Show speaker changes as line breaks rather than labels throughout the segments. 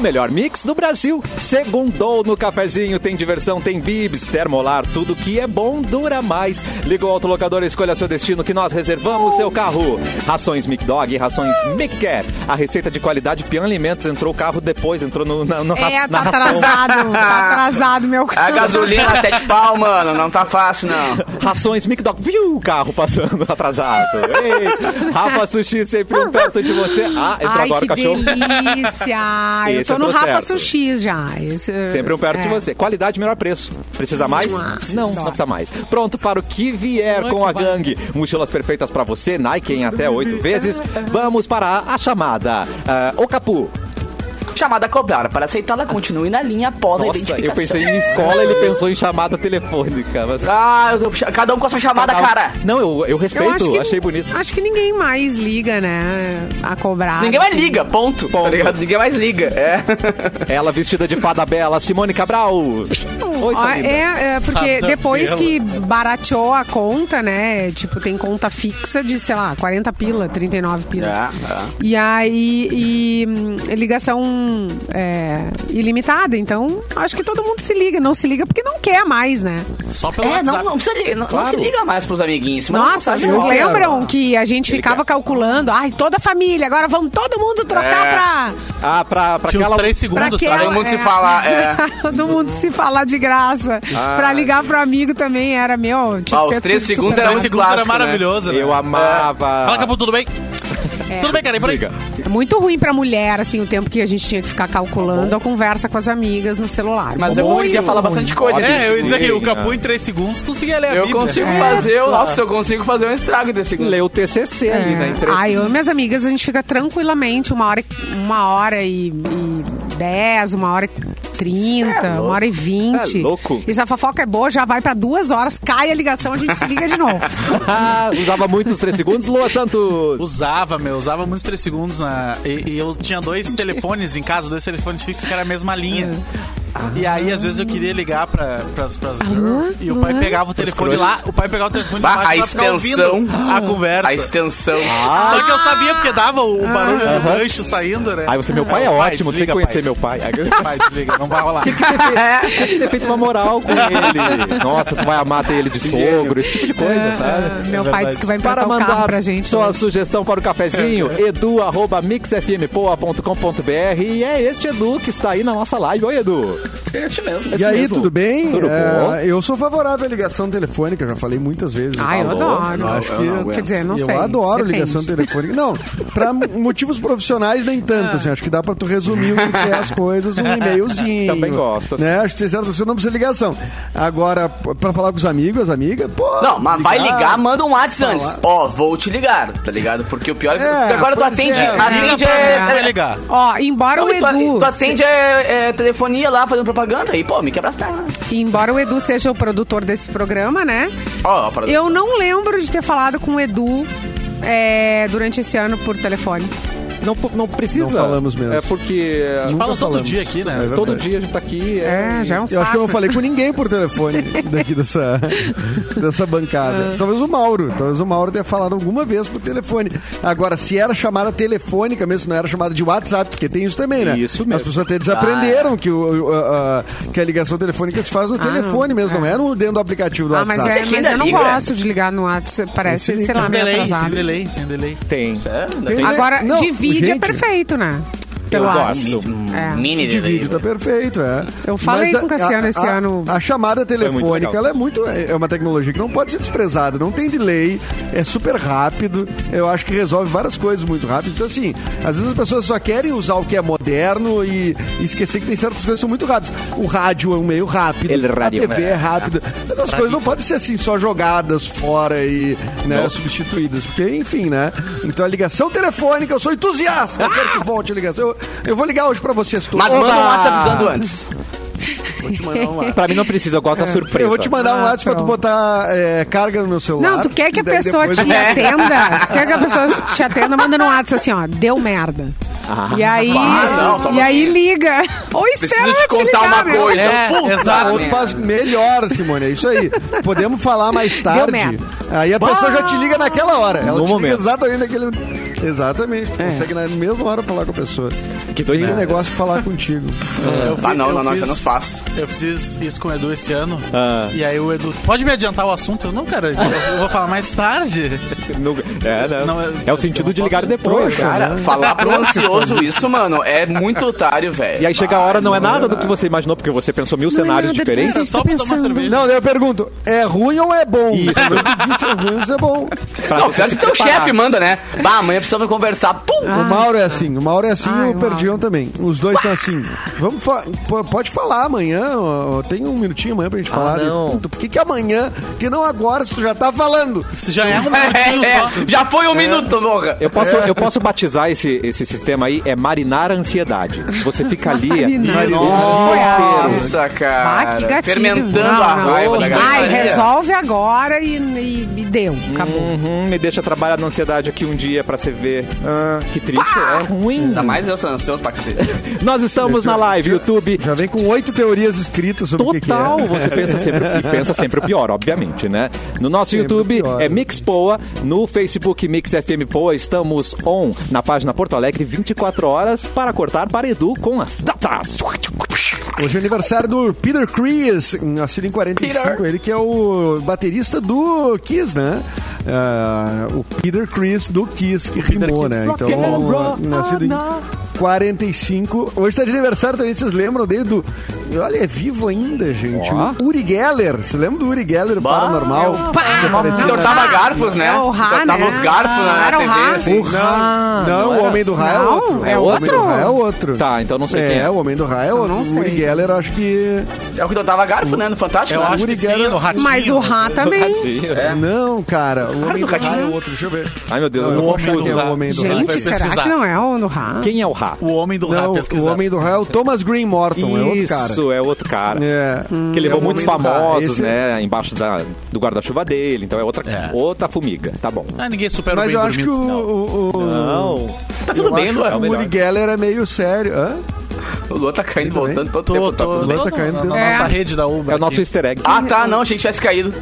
melhor mix do Brasil. Segundou no cafezinho, tem diversão, tem bibs, termolar, tudo que é bom dura mais. Liga o autolocador e escolha seu destino que nós reservamos seu carro. Rações Mic Dog, rações Mic Cat. A receita de qualidade Pian Alimentos entrou o carro depois, entrou no, na, no raç-
É,
na
tá
ração.
atrasado. Tá atrasado,
É
meu
A
carro.
gasolina, sete pau, mano. Não tá fácil, não.
Rações Mic Dog. Viu o carro passando atrasado. Ei, Rafa Sushi sempre um perto de você. Ah, entrou
Ai,
agora
que
o cachorro.
delícia. Eu
Esse
tô no
entrou
Rafa
certo.
Sushi já. Esse,
Sempre um perto
é.
de você. Qualidade, melhor preço. Precisa mais?
Ah,
Não,
dó.
não precisa mais. Pronto para o que vier com a gangue. Mochilas perfeitas para você, Nike em até oito vezes. Vamos para a chamada. Ah, Ô, Capu.
Chamada cobrada. Para aceitá-la, continue na linha após a
Nossa,
identificação.
eu pensei em escola, ele pensou em chamada telefônica. Mas... tá
Ah, eu tô- cada um com a sua chamada, cara.
Não, eu, eu
Eu acho
respeito,
que,
achei bonito.
Acho que ninguém mais liga, né? A cobrar.
Ninguém mais
assim.
liga, ponto. Tá ligado? Ninguém mais liga. É.
Ela vestida de fada bela, Simone Cabral. Oi,
Ó,
Samira.
é, é, porque
Fada
depois
Bela.
que barateou a conta, né? Tipo, tem conta fixa de, sei lá, 40 pila, 39
É,
pila.
É.
E aí, e, hum, é ligação é, ilimitada. Então, acho que todo mundo se liga. Não se liga porque não quer mais, né?
Só pelo
É, não,
WhatsApp.
não, precisa ligar, não, não
Claro.
se liga mais pros amiguinhos. mas
Nossa,
não
vocês
sabe qual.
lembram que a gente ficava calculando? Ai, toda a família, agora vamos todo mundo trocar
É.
pra...
Ah, pra, pra
Tinha uns
aquela...
três
Pra
segundos,
aquela-
tá?
todo mundo se
é.
falar, é.
todo mundo se falar de graça. pra ligar pro amigo também era, meu. Tinha
Ah,
que
os
ser
três
tudo
segundos
super
era
Três
muito
barato.
segundos
clássico, né?
era maravilhoso, né?
Eu amava...
Fala, Capu, tudo bem? Tudo bem, cara? E por aí?
Liga.
É muito ruim pra mulher, assim, o tempo que a gente tinha que ficar calculando a conversa com as amigas no celular.
Tá Mas eu
Muito
conseguia falar
ruim.
bastante coisa.
É,
disso.
eu ia dizer que o
Liga.
Capu em três segundos conseguia ler a
Eu
Bíblia.
consigo
É,
fazer, o- nossa, eu consigo fazer um estrago desse segundo.
Leu o TCC ali,
É.
né? em três
É. Ai, eu e minhas amigas, a gente fica tranquilamente uma hora, e- uma hora e, e dez, uma hora e trinta, uma hora e vinte.
Cê é louco.
E se a fofoca é boa, já vai pra duas horas, cai a ligação, a gente se liga de novo.
Ah, usava muito os três segundos, Lua Santos.
Usava, meu, usava muitos três segundos na. E, e eu tinha dois telefones em casa, dois telefones fixos que era a mesma linha. E aí, às vezes, eu queria ligar pra, pras, pras girl, e o pai pegava o telefone lá, o pai pegava o telefone de
Bah,
baixo
a
pra ficar
extensão.
ouvindo a conversa.
A extensão.
Só que eu sabia, porque dava o barulho do gancho saindo, né?
Aí você, meu pai é
Ô,
ótimo, tem que
desliga,
conhecer
pai.
meu pai. Aí eu-
Pai, desliga, não vai rolar.
Tinha que ter feito uma moral com ele. Nossa, tu vai amar ter ele de sogro, esse tipo de coisa, sabe?
Meu pai disse que É. vai emprestar
Para
o carro
mandar
pra gente. né?
sua sugestão para o cafezinho, edu arroba mixfmpoa.com.br e é este Edu que está aí na nossa live. Oi, Edu.
Esse mesmo.
É assim
E
esse
aí,
mesmo.
tudo
Tá
bem?
Tudo
É,
bom?
eu sou favorável à ligação telefônica, já falei muitas vezes.
Ai, eu
Alô?
adoro.
Eu acho que-
Quer dizer, não
eu
sei.
adoro
Depende.
ligação telefônica. Não, pra motivos profissionais nem tanto,
Ah.
assim. Acho que dá pra tu resumir o que é as coisas, um e-mailzinho.
Também gosto.
Né? Acho que certo, você não precisa ligação. Agora, p- pra falar com os amigos, amiga, pô.
Não, mas vai ligar, manda um WhatsApp
Falar.
antes. Ó, vou te ligar, tá ligado? Porque o pior é que
É,
agora tu
pois
atende.
é,
atende
Liga pra mim, vai
é,
ligar.
Ó, embora
Não,
o
e tu,
Edu.
tu atende é, é, telefonia lá fazendo propaganda aí, pô, me quebra as pernas.
Embora o Edu seja o produtor desse programa, né?
Ó, para
Eu não lembro de ter falado com o Edu é, durante esse ano por telefone.
Não, não precisa.
Não falamos mesmo.
É porque é,
Nunca
Fala todo
falamos.
dia aqui, né?
É verdade.
todo dia a gente tá aqui.
É, já é um
Eu acho que eu não
saco.
falei com ninguém por telefone daqui dessa, dessa
Ah.
bancada. Talvez o Mauro. Talvez o Mauro tenha falado alguma vez por telefone. Agora, se era chamada telefônica mesmo, se não era chamada de WhatsApp, porque tem isso também, né?
Isso mesmo. Ah, é.
As pessoas até desaprenderam que, o, a, a- que a ligação telefônica se faz no telefone mesmo, não era no- dentro do aplicativo do
É. Ah, mas,
WhatsApp.
é,
Você
mas
ainda
eu não
liga?
gosto de ligar no WhatsApp. Parece,
Esse
sei lá,
Tem
Tá meio
delay, tem
atrasado.
delay, tem delay.
Tem.
é,
Tem-
Agora,
Não,
de vídeo é
gente,
perfeito, né?
Eu
Pelo
gosto.
WhatsApp. É.
Mini
De vídeo
né?
tá perfeito, é.
Eu falei
da-
com o Cassiano
a-
esse
a-
ano.
A chamada
muito legal.
telefônica, ela é muito. É uma tecnologia que não pode ser desprezada, não tem delay, é super rápido. Eu acho que resolve várias coisas muito rápido. Então, assim, às vezes as pessoas só querem usar o que é moderno e esquecer que tem certas coisas que são muito rápidas. O rádio é um meio rápido,
Ele rádio, né?
a TV é, rápida. Mas as coisas não podem ser assim, só jogadas fora e né, substituídas. Porque, enfim, né? Então a ligação telefônica, eu sou entusiasta. Eu quero que volte a ligação. Eu, eu vou ligar hoje pra vocês todos.
Mas manda
Oba!
um WhatsApp avisando antes.
Vou te mandar um WhatsApp.
Pra mim não precisa, eu gosto da surpresa.
Eu vou te mandar um
Ah,
WhatsApp pra tu
pronto.
botar é, carga no meu celular.
Não, tu quer que a
Daí
pessoa
depois-
te atenda? Tu quer que a pessoa te atenda mandando um WhatsApp assim, ó, deu merda. e aí,
Ah, não, só
e
uma
aí liga. Ou espera
Preciso te
ela te
contar
ligar,
uma
né?
coisa.
É,
Puta
exato.
O outro faz melhor, Simone. É isso aí. Podemos falar mais tarde.
merda.
Aí a pessoa já te liga naquela hora. Ela
No
te
momento.
liga exatamente naquele. Exatamente.
É.
Tu Consegue na mesma hora falar com a pessoa.
Que
Tem um
É.
doideira.
negócio pra falar contigo.
Eu
Ah, não, não, não, isso eu não faço.
Eu fiz isso com o Edu esse ano.
Ah.
E aí o Edu, pode me adiantar o assunto? Eu não, cara, eu eu vou falar mais tarde.
No- é, não.
Não, é-
é o sentido de ligar depois.
Poxa,
cara.
né?
Falar pro ansioso isso, mano, é muito otário, velho.
E aí chega a hora, não é nada do que você imaginou, porque você pensou mil
é
cenários
nada
diferentes.
disso.
Era só pra tomar
pensando.
cerveja.
Não, daí eu pergunto: é ruim ou é bom? Isso. Disse, é ruim ou é bom?
pra
Não,
você
pior
se
se teu
preparar.
chefe manda, né? Bah, amanhã precisamos conversar. Pum!
O Mauro é assim, o Mauro é assim
Ai,
e o
Mauro.
Perdião também. Os dois são assim. Vamos fa- po- pode falar amanhã, ó, ó, tem um minutinho amanhã pra gente falar.
Ah, não.
Puta, Por que, que amanhã? Que não agora se tu já tá falando?
Isso já é um minutinho
É,
só.
já foi um minuto, morra.
Eu posso, eu posso batizar esse, esse sistema aí, é marinar a ansiedade. Você fica ali. é,
Marinar.
Nossa.
Nossa, cara.
Ah, que gatilho.
Fermentando
Não,
a
não.
raiva da galera.
Ai, resolve agora e, e, e deu. Acabou.
Uhum, me deixa trabalhar na ansiedade aqui um dia pra você ver. Ah, que triste, é ruim.
Ainda mais eu sou ansioso pra cacete.
Nós estamos na live, YouTube.
Já vem com oito teorias escritas sobre o que, que é.
Total, você pensa sempre, e pensa sempre o pior, obviamente, né? No nosso
Sempre
YouTube
o pior.
é Mixpoa, no Facebook Mix FM Poa, estamos on na página Porto Alegre 24 horas para cortar para Edu com as datas.
Hoje é aniversário do Peter Chris, nascido em 45,
Peter.
ele que é o baterista do Kiss, né? Ah, o Peter Chris do Kiss, que rimou,
Chris.
né?
Rock
Então,
and roll,
nascido em 45. Hoje tá de aniversário também, vocês lembram dele do... Olha, é vivo ainda, gente.
Ó.
O Uri Geller, você lembra do Uri Geller,
Bah,
Paranormal? Que apareceu
Então
na-
tá
tava garfos, né?
É o Ra,
Tava
né?
os garfos na
Era o
TV,
Ra.
assim.
Não, não, o Homem do Raio é
Não,
outro.
é
O Homem do
outro?
Ra é outro.
Tá, então não sei
é,
quem é.
o Homem do Raio é outro.
não
O Uri
sei.
Geller, acho que...
É o que eu tava garfo, né? No Fantástico,
Eu
né?
acho que sim, no ratinho.
Mas o Rá também.
Tadinho. né?
Não, cara. O Homem
do
do
Ratinho.
Raio é outro. Deixa eu ver.
Ai, meu Deus,
Não,
eu
eu
não
vou achar
confuso.
quem é o Homem do Raio.
Vai
Gente, será
pesquisar.
que não é o do Rá?
Quem é o Ra?
O homem do rato
Não,
pesquisar.
o Homem do Raio é o Thomas Green Morton. É outro cara.
Isso, é outro cara.
É.
Que levou
É o
muitos
Homem do Raio.
famosos,
Esse-
né? Embaixo da, do guarda-chuva dele. Então é outra,
É.
outra fumiga. Tá bom.
Ah, ninguém supera o
Mas
bem
eu acho que o...
dormido. Não.
o, o-
Não.
Tá tudo
eu
bem,
acho
Luan.
que
É o
O
melhor.
Uri Geller é meio sério. Hã?
O Luan tá caindo,
Tudo bem?
voltando todo
Tô,
tempo. tá
tô,
tudo
bem.
tô
Tá
no-
caindo.
na
É.
nossa rede da Uber
É o nosso
aqui.
easter egg.
Ah, tá, não, achei que tivesse caído.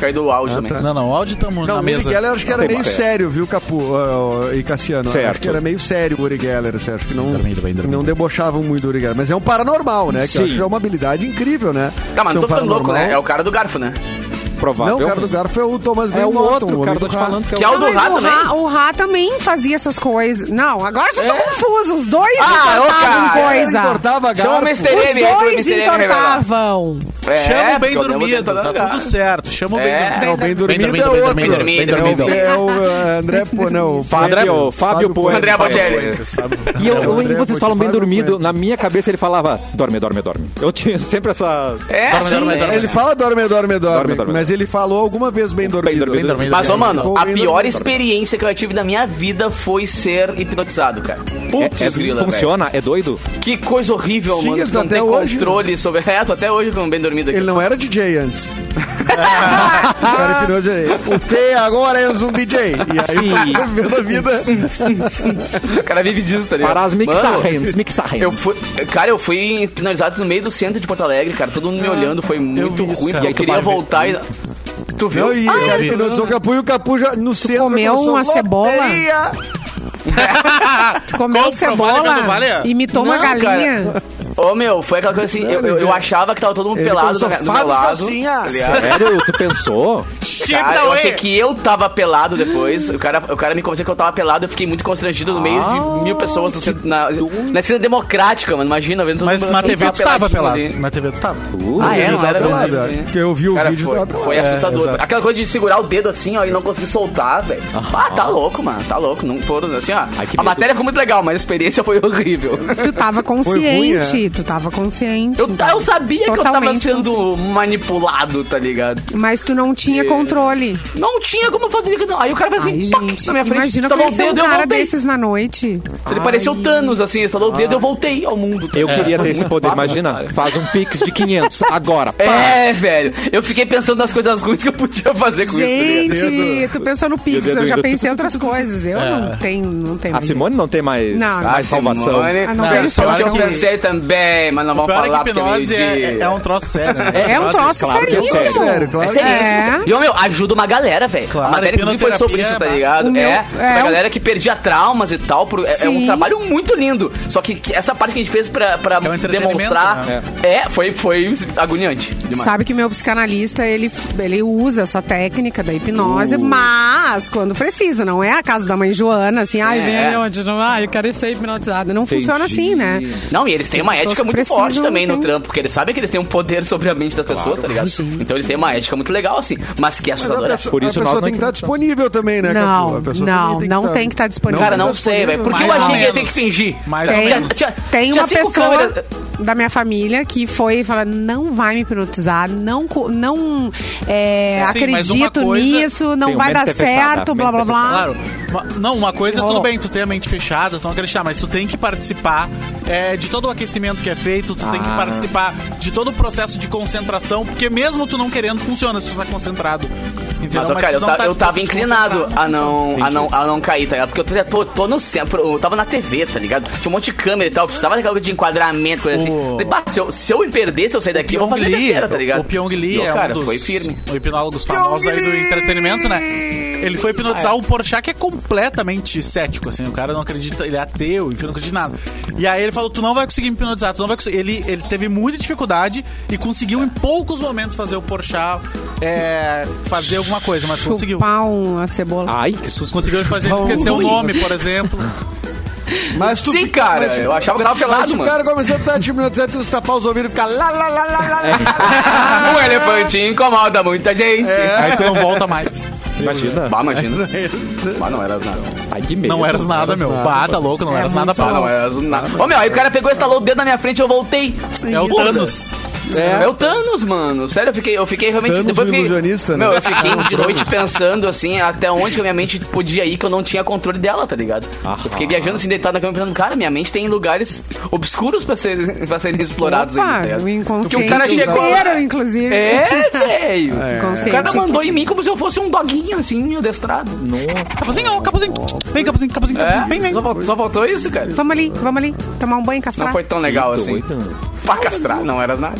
Caído o
Ah,
áudio
tá.
também.
Não, não, o áudio tamo
Não,
na
o é Uri
mesa.
Geller acho que era
Tem
meio
uma fé.
sério, viu, Capu ó, ó, e Cassiano?
Certo.
Acho que era meio sério o Uri Geller, assim, acho que não,
Dormi, dormi, dormi.
não debochavam muito do Uri Geller. Mas é um paranormal, né? Que
Sim.
eu acho que é uma habilidade incrível, né?
Tá, mas não
Ser
tô
um
ficando louco, né? É
paranormal.
o cara do garfo, né?
Provável.
Não, o cara do garfo é o Thomas Green
É o
Morton,
outro,
homem
cara, tô
do
te
raio.
falando que é o
um Que é o do
Ah, Mas o
rato
Ra,
também.
o Ra também fazia essas coisas. Não, agora eu já tô confusa. Os dois
É. Ah, ô,
entortavam
cara,
coisa.
Entortava
Chama o
garfo.
Mr.
Os
M aí pro
dois
Mr. M revelar.
entortavam.
É,
Chama o bem
porque eu devo
dormido,
tentar
tá
dar.
tudo certo. Chama o bem
É.
dormido.
Não, bem dormido
dormido,
é
bem
outro.
dormido,
bem
É
dormido.
o- É o eh, André... Pô, não, o
Padre,
Fábio-
o Fábio Poeta.
Poeta.
André Bocelli.
E
É
eu, eu-
André
vocês
Botti,
falam bem
Fábio né?
dormido,
Coelho.
na minha cabeça ele falava dorme, dorme, dorme. Eu tinha sempre essa.
É,
Dorme,
sim.
dorme, dorme.
Ele fala dorme, dorme,
Dorme,
dorme,
dorme.
mas ele falou alguma vez bem dormido.
dormido.
dormido.
Mas, ô, mano,
Ficou
a
bem
pior
dormido.
experiência que eu tive na minha vida foi ser hipnotizado, cara. Putz,
É, é-
grila, velho.
funciona? É doido?
Que coisa horrível,
Sim,
mano.
ele
tu
tá
não tem
até hoje,
controle sobre. É, tô até hoje com bem dormido aqui.
Ele não era DJ antes. o cara hipnose aí. O T agora é um DJ. E aí,
Sim.
vivendo a vida.
O cara vive disso, tá ligado?
Para as
Mano,
mixagens, mixagens.
Eu fui, cara, eu fui penalizado no meio do centro de Porto Alegre, cara. Todo mundo me olhando, foi muito
Ah, vi isso,
ruim,
cara.
porque eu queria voltar e. Tu viu?
Não, e o
Ah,
cara hipnotizou o Capu e o Capu já no centro.
comeu
começou,
uma cebola?
"Loteria!"
Tu
é
comeu
Compra, vale
cebola
quando vale.
imitou uma
Não,
galinha.
Ô, meu, foi aquela coisa assim, eu, eu- eu achava que tava todo mundo
Ele
pelado
começou,
do, do meu
"Fábio
lado.
assim, ah,
Calcinha!"
tá ligado?
Sério? É, Tu pensou?
Chip
Cara,
da
eu achei
Ué!
que eu tava pelado depois. O cara, o cara me convenceu que eu tava pelado. Eu fiquei muito constrangido no meio de
Ah,
mil pessoas no centro- na, na cena democrática, mano. Imagina, vendo todo
Mas
mundo assim,
na TV
peladinho
tu tava pelado.
ali.
Na TV tu tava.
Ah, é?
Ele
Não
tava
era
pelado.
verdade, né?
Porque eu vi o
Cara,
vídeo e
foi,
tava pelado.
foi
É,
assustador.
exato.
Aquela coisa de segurar o dedo assim, ó, e não conseguir soltar, velho. Ah, tá louco, mano. Tá louco. Não, foram assim, ó.
que
a
medo.
matéria ficou muito legal, mas a experiência foi horrível.
Tu tava
ruim,
consciente, ali, tu tava consciente.
Eu, tá- eu sabia que eu tava
Totalmente
sendo
consciente.
manipulado, tá ligado?
Mas tu não tinha controle.
Não tinha como fazer aquilo. não. Aí o cara fez assim,
Ai,
toc,
gente.
na minha frente, Tá
imagina
estalou o
conhecer um
dedo, eu
cara
voltei.
desses na noite.
Ele pareceu Thanos, assim, estalou o dedo, eu voltei ao mundo. tá
Eu
ligado?
queria
Foi
ter esse
muito
poder,
bárbaro,
imagina.
cara.
Faz um pix de 500 agora. pá.
É, velho. Eu fiquei pensando nas coisas ruins que eu podia fazer com isso.
Gente,
tá ligado?
tu pensou no Pix,
dedo
eu já
indo.
pensei em outras coisas. Eu não tenho, não tenho.
A É. Ah, Simone não tem mais,
Não,
mais
A
salvação.
Simone
Ah, não
tem
pensou que eu
salvação.
pensei também, mas não
O
vamos
pior é
falar
que
porque é meio
hipnose é,
dia.
é, um troço sério, né?
É um
Hipnose-
troço
claro que é
seríssimo.
sério.
Sério, claro.
É seríssimo.
É.
E, ó, meu, ajuda uma galera, velho.
Claro,
a matéria inclusive foi sobre isso, tá
hipnoterapia,
ligado?
o meu-
é, sobre
é
a
um-
galera que perdia traumas e tal. por- é, é um
Sim.
trabalho muito lindo. Só que, que essa parte que a gente fez pra, pra
É um entretenimento,
demonstrar...
né?
É, foi, foi agoniante
Tu
demais.
Sabe que o meu psicanalista, ele, ele usa essa técnica da hipnose, mas quando precisa, não é a casa da mãe Joana, assim, ai,
É.
vem aí onde não vai, eu quero ser hipnotizada. Não funciona assim, né?
Não, e eles têm uma
Tem pessoas
ética
que
muito forte
precisam,
também no
tem.
trampo, porque eles sabem que eles têm um poder sobre a mente das pessoas, tá ligado?
Ai, gente.
então eles têm uma ética muito legal, assim, mas que é
Mas a
assustadora.
pessoa,
Por isso
a
nós
pessoa
não
tem que estar disponível também, né,
Não,
Catu? A pessoa
não,
também
não tem que estar disponível.
Cara,
tem que
não
estar
sei, velho. Por que
disponível.
eu
Mais ou
achei que ia ter que
menos.
fingir?
Mais ou
Tem,
menos.
Tinha-
tem
tinha
uma
cinco
pessoa
câmeras.
da minha família que foi e falou: não vai me hipnotizar, não, co- não é,
Sim, mas uma
acredito
coisa-
nisso, não
Tem, o
vai
mente
dar
é fechada,
certo,
a
blá
mente é
blá blá.
Claro. Ma- Não, uma coisa,
Rolou.
tudo bem, tu tem a mente fechada, tu não acreditar, mas tu tem que participar é, de todo o aquecimento que é feito, tu tem que
Ah.
participar de todo o processo de concentração, porque mesmo tu não querendo, funciona se tu tá concentrado. Entendeu?
Mas, ó,
Mas
cara,
tu
eu,
não
ta-
tá
eu tava
disposto a
inclinado
concentrar.
a não, a, não, a não cair, tá ligado? Porque eu tô, tô, tô no centro, eu tava na TV, tá ligado? Tinha um monte de câmera e tal, eu precisava daquela coisa de enquadramento, coisa assim.
O-
Falei, bah, se, eu, se eu me perder, se eu sair daqui, eu vou fazer
Pyong Lee,
besteira, tá ligado?
O Pyong
E
Lee
eu,
é
cara,
um dos
foi firme.
hipnólogos famosos aí do entretenimento, né? Ele foi hipnotizar
Ah,
o Porchat, que é completamente cético, assim. O cara não acredita, ele é ateu, enfim, não acredita em nada. E aí ele falou, tu não vai conseguir me hipnotizar, tu não vai conseguir. Ele, ele teve muita dificuldade e conseguiu em poucos momentos fazer o Porchat é, fazer alguma coisa, mas conseguiu.
Chupar uma cebola.
Ai, que susto.
Conseguiu fazer ele esquecer o nome, por exemplo.
Mas tu
Sim,
fica-
cara,
mas-
eu achava que eu tava
Mas
pelado,
se o
mano.
cara começar a estar te hipnotizando, tu tá, tapar os ouvidos e ficar lá, lá, lá, lá, lá, lá.
um elefante incomoda muita gente.
Aí tu não volta mais.
né?
Imagina.
Bah, imagina. bah, não era nada.
Ai, que medo.
Não eras nada, meu. Bah, tá louco, não
É
eras nada,
Bah, não
Paulo.
era nada. Ô, meu, aí o cara pegou, estalou o dedo na minha frente e eu voltei.
É o
Isso.
Thanos.
É. o Thanos, mano. Sério, eu fiquei, eu fiquei realmente.
Thanos,
depois eu
o
fiquei,
ilusionista, né?
Meu, eu fiquei de noite pensando, assim, até onde que a minha mente podia ir, que eu não tinha controle dela, tá ligado? Eu fiquei viajando assim, deitado na cama, pensando, cara, minha mente tem lugares obscuros pra, ser, pra serem explorados
Opa,
ainda. tá ligado?
o inconsciente
Porque o cara chegou.
inteiro, inclusive.
É, velho. O cara
Inconsciente.
mandou em mim como se eu fosse um doguinho, assim, meu adestrado.
Capuzinho, ó, capuzinho. Vem, capuzinho, capuzinho, capuzinho. Vem,
É,
vem.
só, fal- só faltou isso, cara.
Vamos ali, vamos ali, tomar um banho e castrar.
Não foi tão legal assim. Pra castrar, não era nada.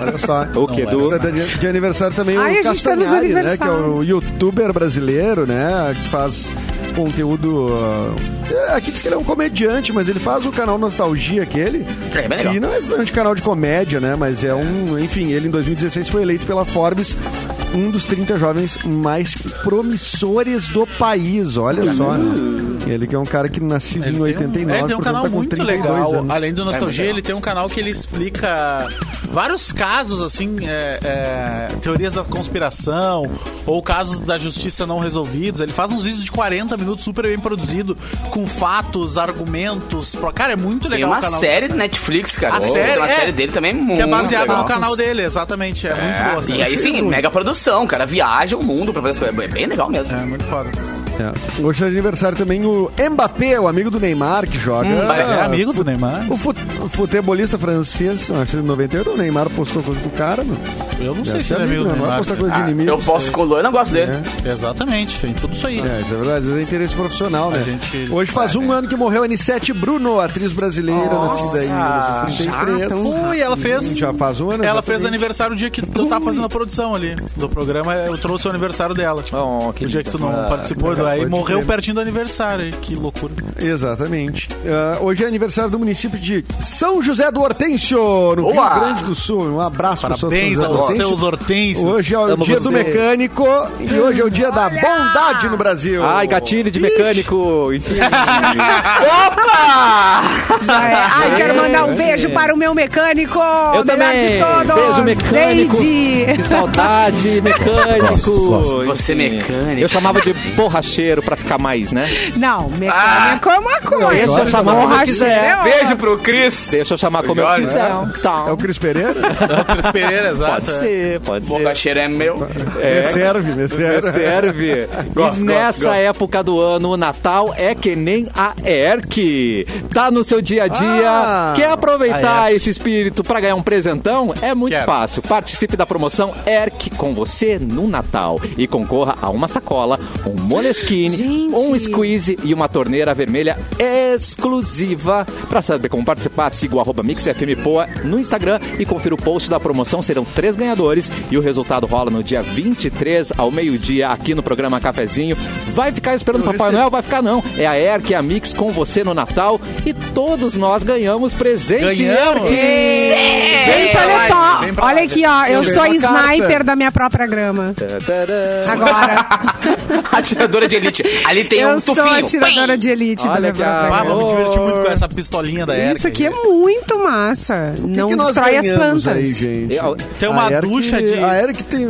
Olha só.
O quê,
Não,
Du?
é de, de aniversário também
Ai,
o
a gente tá nos
Castanhari, né? Que é
aniversário.
o youtuber brasileiro, né? Que faz conteúdo... uh, é, Aqui diz que ele é um comediante, mas ele faz o canal Nostalgia, aquele.
É, bem legal.
que não é exatamente canal de comédia, né? Mas é um... Enfim, ele em 2016 foi eleito pela Forbes um dos 30 jovens mais promissores do país. Olha só,
Uhum.
né? Ele que é um cara que nasceu em
Ele tem um-
89,
ele tem um
portanto,
canal
tá com
muito
32
legal.
anos.
Além do Nostalgia, ele tem um canal que ele explica é, vários casos, assim, é, é, teorias da conspiração ou casos da justiça não resolvidos. Ele faz uns vídeos de 40 minutos super bem produzido, com fatos, argumentos. pro- Cara, é muito
Tem
legal
uma
o canal.
série do Netflix, cara.
A
Tem
série,
uma
é.
série dele também muito
que é baseada
legal. Ah,
no canal dele, exatamente. É, muito boa. a série.
E aí sim, mega produção, o cara viaja o mundo pra fazer as coisas. É bem legal mesmo.
É muito foda.
É. Hoje é aniversário também o Mbappé, o amigo do Neymar, que joga.
Mas é amigo do Neymar?
O fut- o futebolista francês, acho que é em 98, o Neymar postou coisa com o cara, mano.
Eu não sei
Deve
se
ser
ele é amigo do
Não vai
Neymar.
postar coisa de
Ah,
inimigo.
eu posso color, eu não gosto dele.
Exatamente, tem tudo isso aí.
É, isso é verdade, às vezes é interesse profissional, né?
gente-
Hoje faz um ano que morreu a N7 Bruno, atriz brasileira, nascida em
Ah,
1933.
Ui, ela fez.
Já faz um ano,
Ela
exatamente.
fez aniversário o dia que eu tava fazendo a produção ali do programa. Eu trouxe o aniversário dela.
Oh, que
o dia que tu não
ah,
lindo.
participou,
legal,
aí
pode
morreu
crer.
pertinho do aniversário. hein? Que loucura.
Exatamente. Ah, hoje é aniversário do município de São José do Hortêncio, no
Boa!
Rio Grande do Sul. Um abraço para
Parabéns aos seus hortênsios.
Hoje é o
Amo
dia do
vocês.
mecânico e hoje é o dia da bondade no Brasil.
Ai, gatilho de mecânico. Enfim.
Já é. Ai, quero mandar um
É.
beijo para o meu mecânico.
Eu
melhor
também.
De todos.
Beijo mecânico.
Neide.
Que saudade, mecânico.
Você
Enfim.
mecânico.
Eu chamava de borracheiro pra ficar mais, né?
Não, mecânico é uma coisa.
deixa eu chamar como eu
Borracheiro
quiser.
é outra.
Beijo pro Cris.
Deixa eu chamar como eu
Melhor,
quiser.
né?
Tá.
É o Cris Pereira?
É o Cris Pereira, exato.
Pode ser, pode ser.
Bocacheiro é meu.
Me serve, me
É,
serve.
Serve.
Gosto,
e
gosto,
nessa
gosto.
época do ano, o Natal é que nem a ERC. Tá no seu dia a dia.
Ah,
Quer aproveitar
a ERC.
esse espírito pra ganhar um presentão? É muito
Quero.
fácil. Participe da promoção ERC com você no Natal e concorra a uma sacola, um Moleskine,
Gente.
um squeeze e uma torneira vermelha exclusiva. Pra saber como participar, siga o arroba MixFMPoa no Instagram e confira o post da promoção. Serão três ganhadores e o resultado rola no dia 23 ao meio-dia aqui no programa Cafezinho. Vai ficar esperando o Papai
recebi.
Noel? Vai ficar não. É a ERC, a Mix com você no Natal e todos nós ganhamos presente
Ganhamos.
ERC.
Gente,
pra
olha
live,
só.
vem pra
Olha
live.
aqui, ó. Eu
Sim, É.
sou
vem pra casa.
sniper da minha própria grama.
Tadã.
Agora.
Atiradora de elite. Ali tem um
Eu sou
tufinho.
atiradora de elite da
Olha
minha
que
própria
a-
Ah,
grama.
vou me divertir muito com essa pistolinha da Erika.
Isso aqui é muito massa.
O
Não
que que nós
destrói as
ganhamos
plantas.
Aí, gente?
Eu-
Tem uma
A Eric- é
ducha de...
A Eric tem.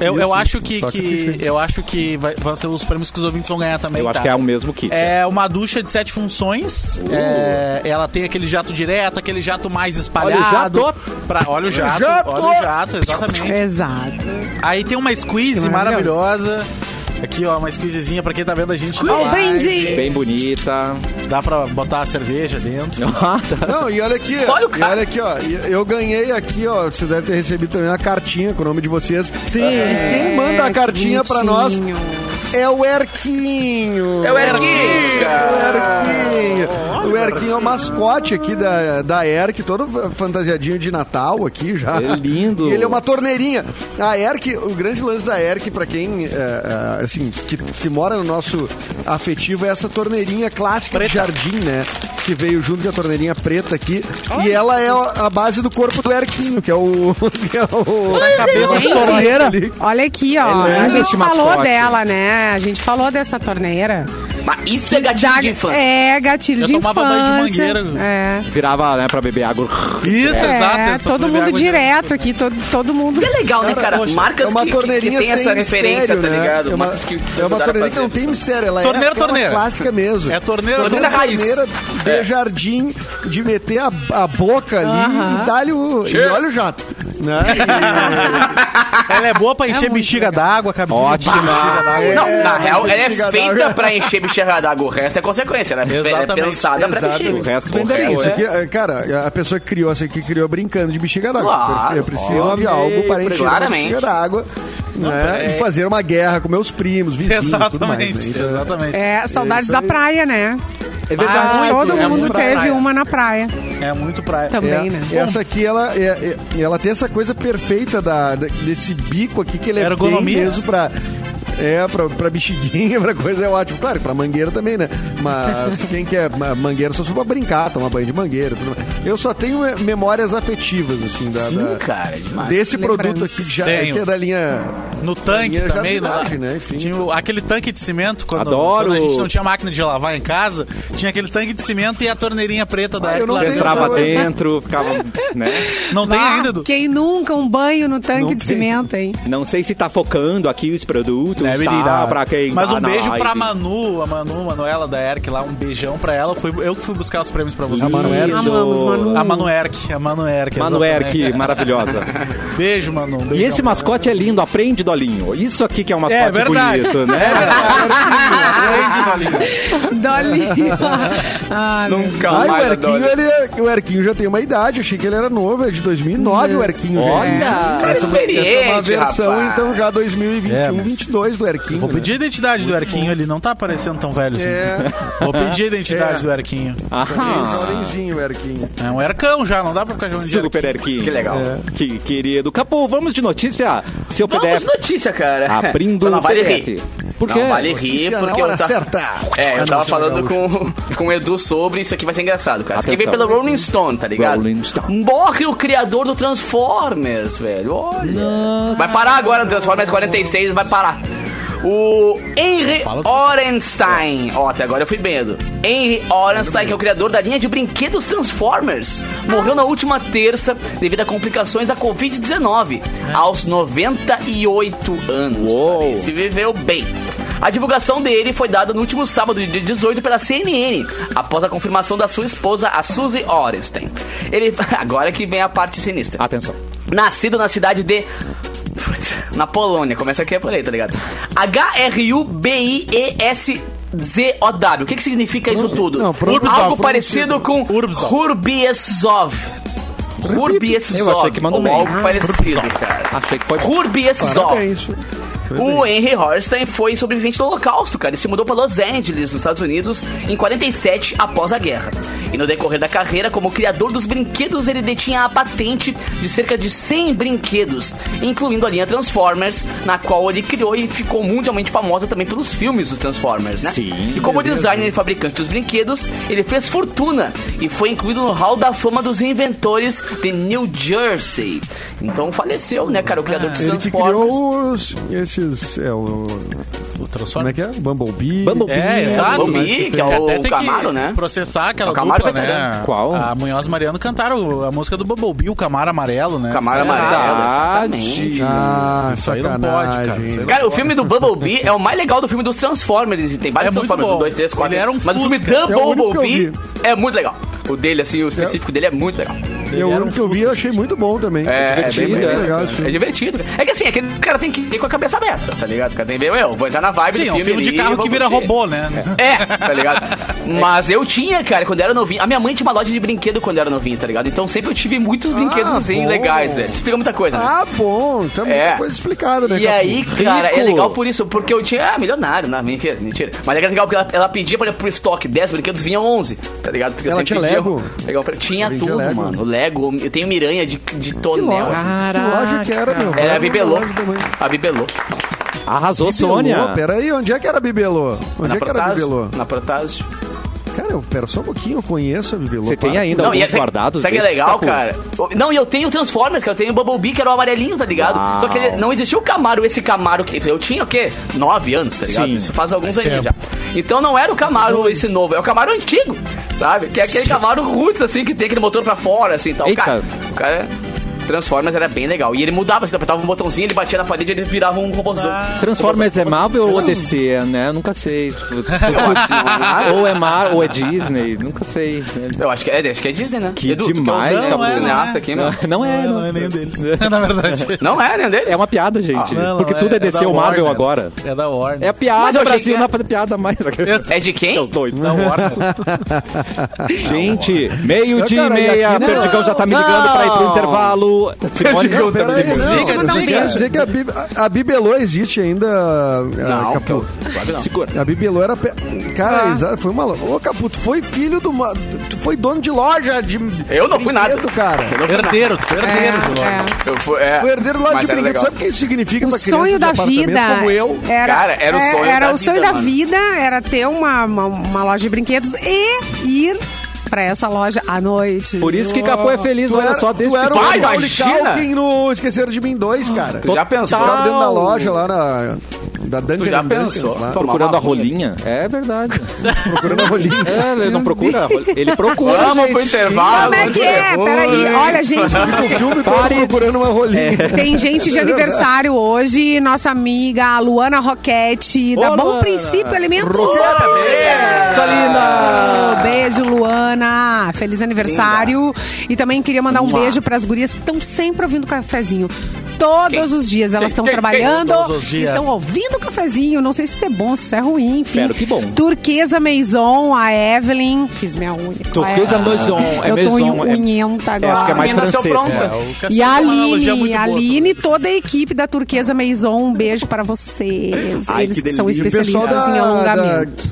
Eu, eu
Isso,
acho que,
toca
que
ficha.
eu acho que vai, vão ser os prêmios que os ouvintes vão ganhar também.
Eu acho
tá?
que é o mesmo kit.
É uma ducha de sete funções.
Uh.
É, ela tem aquele jato direto, aquele jato mais espalhado.
Olha o
Pra, olha o jato.
Jato!
Olha o jato, exatamente.
Exato.
Aí tem uma squeeze
Que maravilhosa.
maravilhosa. Aqui, ó, uma squeezezinha pra quem tá vendo a gente. na
Ó, o
live.
brinde.
Bem bonita.
Dá pra botar a cerveja dentro.
Não, e olha aqui.
Olha o
e
cara.
olha aqui, ó. E Eu ganhei aqui, ó. Vocês devem ter recebido também uma cartinha com o nome de vocês. Sim. E quem manda a cartinha pra nós
É, Bonitinho.
é o Erquinho.
É o Erquinho.
O Erquinho. O Erquinho é o mascote aqui da, da Erk, todo fantasiadinho de Natal aqui já.
É lindo.
E ele é uma torneirinha. A Erk, o grande lance da Erk, pra quem, é, é, assim, que, que mora no nosso afetivo, é essa torneirinha clássica de jardim, né? Que veio junto com a torneirinha preta aqui. E ela é a a base do corpo do Erquinho, que é o. Que é o a cabeça da torneira ali.
Olha aqui, ó.
Ele é
a gente
esse
falou
mascote.
dela, né? A gente falou dessa torneira.
Mas isso é gatilho
Da-
de infância.
É, gatilho
Eu
de infância.
tomava banho de mangueira.
É.
Virava, né, pra beber água.
Isso,
É,
exato.
todo mundo direto aqui, todo, todo mundo.
É legal, né, cara?
poxa,
Marcas
É uma
que- que, que
torneirinha
tem
sem
essa referência,
mistério,
tá
né?
ligado?
É uma,
Marcas que-
é uma
ajudaram a
torneira que não
fazer.
tem mistério, ela
Torneira,
é aquela
torneira.
clássica mesmo.
É torneira,
Torneira
torneira.
raiz. É.
torneira de jardim, de meter a, a boca ali
Aham.
e dar-lhe o. E olha o jato. Né?
Ela é boa pra encher
muito
bexiga d'água, cabelo.
Ótima.
Não, na real, ela é
bexiga
feita
d'água.
pra encher bexiga d'água. O resto é consequência, né? Ela é
Exatamente,
pensada pra
exatamente.
O
bexiga.
resto, o
Sim,
resto
né?
isso
é-
aqui, é, cara, a pessoa que criou isso aqui criou brincando de bexiga d'água.
Claro,
eu preciso de
óbvio,
algo para encher uma
claramente. é.
bexiga d'água. Né? E fazer uma guerra com meus primos, vizinhos, tudo mais. né?
Exatamente,
Então,
exatamente.
É, saudades da praia, né?
É verdade.
Ah,
Todo
é
mundo
muito
teve
praia.
uma na praia
É muito praia.
também,
É,
né?
Essa aqui, ela, é- é- ela tem essa coisa perfeita da, da- desse bico aqui, que ele é
Ergonomia.
bem mesmo pra... É, pra, pra bexiguinha, pra coisa é ótimo. Claro, pra mangueira também, né? Mas quem quer ma- mangueira só se for pra brincar, tomar banho de mangueira. tudo mais. Eu só tenho é, memórias afetivas, assim, da,
Sim,
da-
cara, é demais.
desse produto
Lembranças.
aqui, de, ja-
Tenho.
que é da linha...
No tanque
Tinha
também,
jardinagem,
né?
né? Enfim.
Tinha o- aquele tanque de cimento, quando,
Adoro.
quando a gente não tinha máquina de lavar em casa, tinha aquele tanque de cimento e a torneirinha preta da
Ah, eu
Eric
não
lá
tenho
dentro.
Entrava
Não,
dentro, ficava, né?
Não tem
Ah,
ainda, Edu?
Quem nunca um banho no tanque de
tem.
cimento, hein?
Não sei se tá focando aqui os produtos,
Deve
tá?
ligar.
Pra quem
Mas
tá
um
na
beijo pra
live.
Manu, a Manu, Manuela da Eric lá, um beijão pra ela. Fui, eu que fui buscar os prêmios pra vocês.
A Manoel.
Lindo.
Amamos, Manu.
A Manu Eric, a Manu Eric.
Manu
é exatamente.
Erk, maravilhosa.
Beijo, Manu. um
E
beijão
esse
pra
mascote é lindo, aprende, Dolinho. Isso aqui que é um mascote
É verdade.
bonito, né?
ela. Grande, Dolinho.
Dolinho. Ah,
Nunca
Ai, o
Tá mais
Erquinho,
adoro.
ele é- o Erquinho já tem uma idade, achei que ele era novo, é de 2009 o Erquinho. gente.
Olha!
Cara
Essa é uma
experiente,
versão,
rapaz.
então, já 2021,
É, mas-
22 do Erquinho.
Vou
né?
pedir a identidade do Erquinho, ele não tá parecendo tão velho assim.
É.
Vou pedir a identidade
É.
do Erquinho.
Ah,
Jovenzinho, é Erquinho.
É um Ercão já, não dá pra ficar chamando de Erquinho.
super Erquinho.
Que legal.
É.
Que querido. Capu, vamos de notícia. Seu
Vamos
PDF.
notícia, cara.
Abrindo
Só não
o
vale
PDF.
rir.
Por quê?
Não vale rir,
Notícia na
porque
hora
eu tava...
certa.
É, eu
Ah,
tava
não,
falando
Thiago
com, com o Edu sobre isso aqui, vai ser engraçado, cara. Isso aqui vem
Atenção.
pelo Rolling Stone, tá ligado?
Rolling Stone.
Morre o criador do Transformers, velho. Olha. Vai parar agora no Transformers 46, vai parar. O Henry Orenstein. Ó, até agora eu fui bem, Edu. Henry Orenstein, que é o criador da linha de brinquedos Transformers, morreu na última terça devido a complicações da Covid-19, aos 98 anos.
É.
Tá
Uou.
Se viveu bem. A divulgação dele foi dada no último sábado, dia 18, pela CNN, após a confirmação da sua esposa, a Suzy Orenstein. Ele. Agora que vem a parte sinistra.
Atenção.
Nascido na cidade de. Na Polônia, começa aqui é por aí, tá ligado? H-R-U-B-I-E-S-Z-O-W. O que, que significa isso tudo?
não, pronuncia,
Algo
pronuncia.
parecido com
Urbzov.
Hurbiesov. Hurbiesov.
Eu achei que mandou
ou
bem. Ah,
Algo parecido, cara.
Achei que foi.
Hurbiesov.
Parabéns. Foi
O
bem.
Henry Horstein foi sobrevivente do Holocausto, cara. Ele se mudou para Los Angeles, nos Estados Unidos, em 47 após a guerra. E no decorrer da carreira, como criador dos brinquedos, ele detinha a patente de cerca de 100 brinquedos, incluindo a linha Transformers, na qual ele criou e ficou mundialmente famosa também pelos filmes dos Transformers, né?
Sim.
E como designer e fabricante dos brinquedos, ele fez fortuna e foi incluído no Hall da Fama dos Inventores de New Jersey. Então faleceu, né, cara, o criador dos
Ah. Ele que
Transformers.
criou os, esses. É, o,
O
como
Transformers.
é que é? Bumblebee.
Bumblebee.
É, exato.
Bumblebee,
mas
que é
tem-
o
até tem que
Camaro, né?
processar aquela
O Camaro é
dupla,
vai pegar.
né?
Qual?
A Munhoz e Mariano cantaram a música do Bumblebee, o Camaro Amarelo, né?
Camaro
Isso é
Amarelo.
errado.
Verdade.
Ah,
Isso aí não pode, cara.
sacanagem.
Isso aí não
Cara, o filme do Bumblebee é o mais legal do filme dos Transformers. Tem vários
É muito
Transformers,
bom.
um, dois, três, quatro.
Ele era um
mas o filme
Fusca.
do
É o único que eu
Bumblebee é muito legal. O dele, assim, o específico dele é muito legal.
Eu, o único que eu vi, eu achei muito bom também.
É, é bem
divertido,
bem
é.
legal. isso.
É divertido. cara. É que assim, aquele cara tem que ir com a cabeça aberta, tá ligado? O cara tem que ver, eu vou entrar na vibe
Sim,
do
é um
filme
filme de
ali,
carro
vou
que vira
curtir.
robô, né?
É, tá ligado? Mas eu tinha, cara, quando eu era novinho. A minha mãe tinha uma loja de brinquedo quando eu era novinho, tá ligado? Então sempre eu tive
Ah,
muitos brinquedos assim,
bom.
legais, velho. Isso explica muita coisa, né?
Ah, bom. Tá muita
É.
coisa explicada, né?
E
Capu?
aí, cara, é
Rico.
legal por isso, porque eu tinha. Ah, milionário, não, mentira, mentira. Mas era legal porque ela, ela pedia, por exemplo, pro estoque 10 brinquedos, vinha 11, tá ligado? Porque eu
Ela
sempre
tinha
pedia-
Lego?
Legal, pra- tinha
Ela vendia
tudo,
Lego.
mano. Lego, eu tenho miranha de, de
Que
tonel,
loja,
assim.
que loja que era, meu?
Era a
Era
Bibelô.
uma loja também.
A Bibelô.
Arrasou,
Bibelô,
Sônia.
Peraí, onde é que era Bibelô? Onde
Na
é que era Bibelô?
Protásio. Na Protásio.
Cara, eu, pera só um pouquinho, eu conheço a Bibelô.
Você tem
para.
ainda
e
alguns
sabe-
Então, guardados?
Sabe que é
desses, Tipo, tá
legal,
Capu?
cara? Não, e eu tenho o Transformers, cara. Eu tenho o Bumblebee, que era o amarelinho, tá ligado?
Uau.
Só que ele- não existia o Camaro, esse Camaro que eu tinha, o quê? Nove anos, tá ligado?
Sim.
Isso faz alguns anos já. Então não era o Camaro esse novo, é o Camaro antigo, sabe? Que é aquele Camaro roots, assim, que tem aquele motor pra fora, assim, tal.
Eita.
Cara, o cara... é- Transformers era bem legal. E ele mudava, você apertava um botãozinho, ele batia na parede e ele virava um robôzão.
Transformers é Marvel ou é DC, né? Eu nunca sei. ou é Mar ou é Disney, nunca sei.
Eu acho que, é, acho que é Disney, né?
Que
tu que é um
demais,
zão,
Capu.
é, cineasta aqui, meu.
Não é,
Não, não é nenhum deles. Na verdade.
Não é, né? Dele?
É uma piada, gente.
Não, não,
Porque tudo é, DC
da
ou Marvel
Warner.
agora.
É da
É
Warner.
Mas eu
piada,
achei
Brasil
que
não
é-
vai fazer piada mais.
É de quem?
Seus doidos.
Da Warner.
Gente, meio dia e
Cara, e
meia,
aqui-
Perdigão já tá me ligando pra ir pro
Não. tá
intervalo. Simone
Não,
canta
peraí,
música.
Desliga,
não, mas
desliga.
Quer dizer que a, Bib- a Bibelô existe ainda, ah,
Não, Ah. que
Capu.
eu- claro que não.
Segura.
A Bibelô era... Pe... Cara, exa- foi uma... lo- Ô, Capu, tu foi filho do... Uma... Tu foi dono de loja de...
Eu não fui nada.
brinquedo, cara.
Eu não fui nada.
Herdeiro, tu foi herdeiro de Warner.
É, é.
Eu fui, é.
Foi herdeiro de loja
Mas
de
era
brinquedo.
legal.
Sabe o que isso significa
O
pra criança
sonho
de
da
apartamento
vida.
como eu?
Era,
Cara, era o
é,
sonho
era
da
o sonho
vida,
da
mano.
vida, era ter uma, uma, uma loja de brinquedos e ir pra essa loja à noite.
Por isso que Capu é feliz,
Tu
olha
era,
só,
tu
desde
era um o
Vai,
Macaulay
imagina!
Culkin no Esqueceram de Mim 2, cara.
Tu já
Tu
pensou?
tava dentro da loja lá na... Da Dunkin'
Tu já
Donuts
pensou?
lá,
Tomar
Procurando
uma
a rolinha? É verdade.
procurando a rolinha.
É, ele não procura a rolinha. Ele procura.
Vamos
gente.
pro intervalo.
Como é que é?
Oi.
Peraí, olha, gente,
O filme todo
Pare-
procurando uma rolinha.
tem gente de aniversário hoje, nossa amiga Luana Roquete, da
Ô,
Bom
Luana.
Princípio Alimentos.
Essa linda!
Oh, Beijo, Luana. Feliz aniversário. E também queria mandar um
Mua.
beijo para as gurias que estão sempre ouvindo o cafezinho. Todos
Quem?
os dias elas
Quem?
estão
Quem? Quem?
trabalhando,
Todos os dias.
estão ouvindo o cafezinho. Não sei se isso é bom, se isso é ruim, enfim.
Espero que bom.
Turquesa Maison, a Evelyn. Fiz minha unha.
Turquesa
Ah,
Maison, é
Eu tô
Maison, é-
unhenta agora.
acho que é mais é
Menina, seu
francês,
pronta.
né?
o Cassiano
E a
tem uma analogia
Aline,
muito
a
boa
Aline e toda a equipe da Turquesa Maison, um beijo para vocês.
Ai,
Eles
que
que, são
delícia.
E o pessoal
especialistas em
da, da-
alongamento.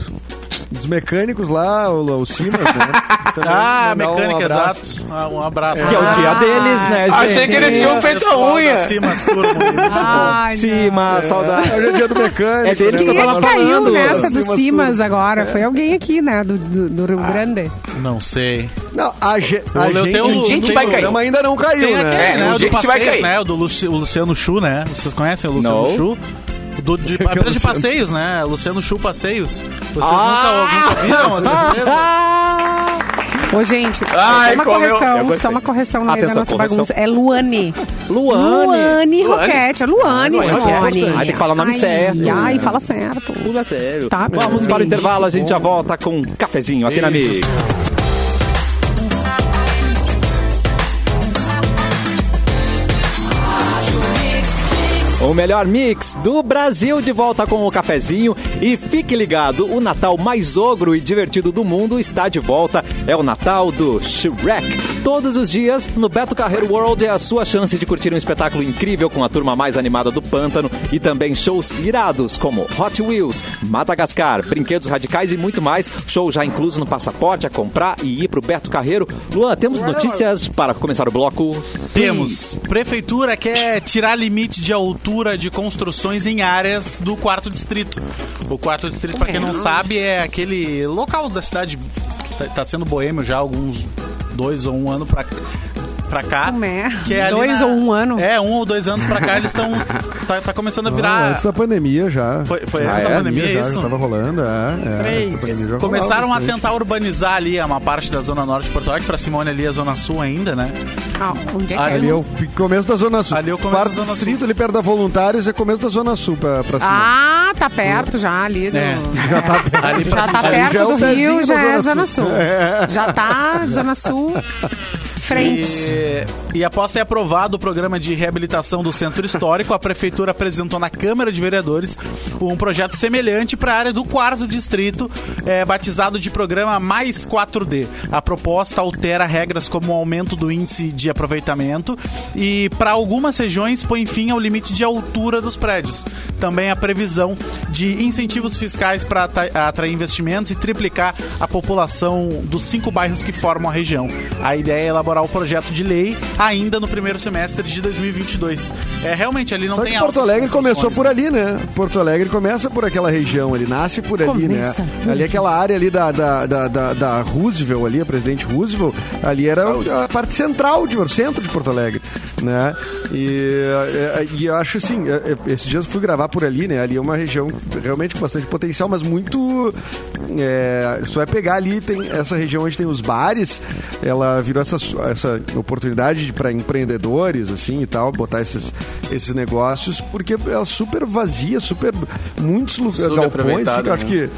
dos mecânicos lá, o, o Simas, né? Também
Ah,
mandar um
mecânica,
abraço.
exato. Ah, é Um abraço.
Que é o dia
Ah,
deles, né, gente?
Achei que eles tinham feito a unha.
Cima, né? turma.
Ai,
Sim, mas saudade.
Hoje é dia do mecânico.
É deles
né?
que eu
Quem é
tava
que caiu
falando,
nessa do
Simas
Simas
Turco.
agora? Foi alguém aqui, né? Do, do, do Rio Grande.
Não sei.
Não, a, ge, a
Eu
gente,
tenho um-
Gente,
tenho-
vai cair.
não, mas ainda não caiu,
Tem
né?
aquele,
É,
né?
um
O
dia
do
que isso vai
passeios,
cair.
né? O do Luci- o Luciano Chu, né? Vocês conhecem o Luciano
Não.
Chu? Do, de, apenas de passeios,
Ah!
Ah!
né? Luciano Chu Passeios. Vocês nunca, nunca viram essa empresa?
Ô, gente,
Ai,
só uma
como eu-
eu
correção,
gostei.
só uma correção no meio da
Atenção,
nossa
correção.
bagunça. É Luane.
Luane.
Luane Roquete. É Luane, Simone.
Aí tem que falar o nome
Ai,
certo.
Ai, fala certo.
Pula sério.
Tá,
Vamos
beijo.
para o intervalo, a gente já volta com um cafezinho aqui na Mix. O melhor mix do Brasil de volta com o cafezinho e fique ligado, o Natal mais ogro e divertido do mundo está de volta. É o Natal do Shrek. Todos os dias no Beto Carreiro World é a sua chance de curtir um espetáculo incrível com a turma mais animada do pântano e também shows irados como Hot Wheels, Madagascar, brinquedos radicais e muito mais. Show já incluso no passaporte a comprar e ir pro Beto Carreiro. Luan, temos notícias para começar o bloco?
Temos. Prefeitura quer tirar limite de altura de construções em áreas do quarto distrito. O quarto distrito, pra quem não
Uhum.
sabe, é aquele local da cidade que tá, tá sendo boêmio já há alguns dois ou um ano pra, pra cá.
Como é?
Ah, Que ali
Dois ou um ano?
É, um ou dois anos pra cá, eles estão. Tá, tá começando a
Ah,
virar.
antes da pandemia já.
Foi- foi
Ah,
antes da
é?
pandemia,
já,
isso?
Já tava rolando, é. é, antes da pandemia já
Começaram a
rolava,
tentar urbanizar ali é uma parte da Zona Norte de Porto Alegre, pra Simone ali é a Zona Sul ainda, né?
Ah, onde é que
Ah,
Ali
é?
é o p- começo da Zona Sul.
Ali é o começo da
Quarto
Zona Sul.
distrito, ali perto da Voluntários, é começo da Zona Sul pra, pra cima.
Ah, tá perto já ali. Do...
É.
Já tá perto, já tá
ali
perto
já é o
do
pezinho
Rio,
da
já é
Zona
Zona
Sul.
Sul. Já tá Zona Sul. Frente.
E, e após ter aprovado o programa de reabilitação do centro histórico, a prefeitura apresentou na Câmara de Vereadores um projeto semelhante para a área do quarto distrito, eh, batizado de programa Mais 4D. A proposta altera regras como o aumento do índice de aproveitamento e, para algumas regiões, põe fim ao limite de altura dos prédios. Também a previsão de incentivos fiscais para ata- atrair investimentos e triplicar a população dos cinco bairros que formam a região. A ideia é elaborar o projeto de lei ainda no primeiro semestre de 2022. É realmente ali não
Só
tem
que Porto
altas
Alegre
construções,
começou por
né?
ali, né? Porto Alegre começa por aquela região, ele nasce por ali,
Começa.
né? Ali aquela área ali da, da, da, da- da Roosevelt, ali, a presidente Roosevelt, ali era a parte central, de, o centro de Porto Alegre, né? E, é, é, e eu acho assim, é, é, esses dias eu fui gravar por ali, né? Ali é uma região realmente com bastante potencial, mas muito... É, se tu vai pegar ali, tem essa região onde tem os bares, ela virou essa, essa oportunidade para empreendedores, assim, e tal, botar esses, esses negócios, porque é super vazia, super... Muitos lu- galpões, assim, que eu acho que...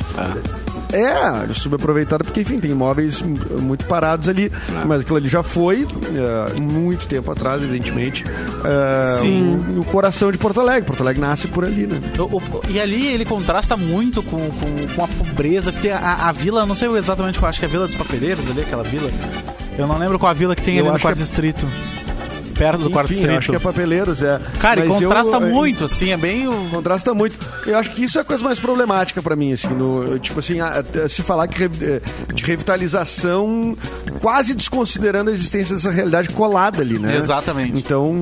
É, subaproveitado, porque, enfim, tem imóveis m- muito parados ali,
É.
mas aquilo ali já foi, é, muito tempo atrás, evidentemente, é, O, o coração de Porto Alegre. Porto Alegre nasce por ali, né?
O- o- e ali ele contrasta muito com, com, com a pobreza, porque a, a vila, não sei exatamente qual, acho que é a Vila dos Papeleiros ali, aquela vila. Eu não lembro qual a vila que tem
Eu
ali no
acho
quarto
que é-
distrito. Perto do quarto
enfim, eu acho
distrito.
que é Papeleiros, é.
Cara, e
Mas eu-
contrasta
eu-
muito, assim, é bem o.
Contrasta muito. Eu acho que isso é a coisa mais problemática pra mim, assim, no, tipo assim, a- a- se falar que re- eh, de revitalização, quase desconsiderando a existência dessa realidade colada ali, né?
Exatamente.
Então,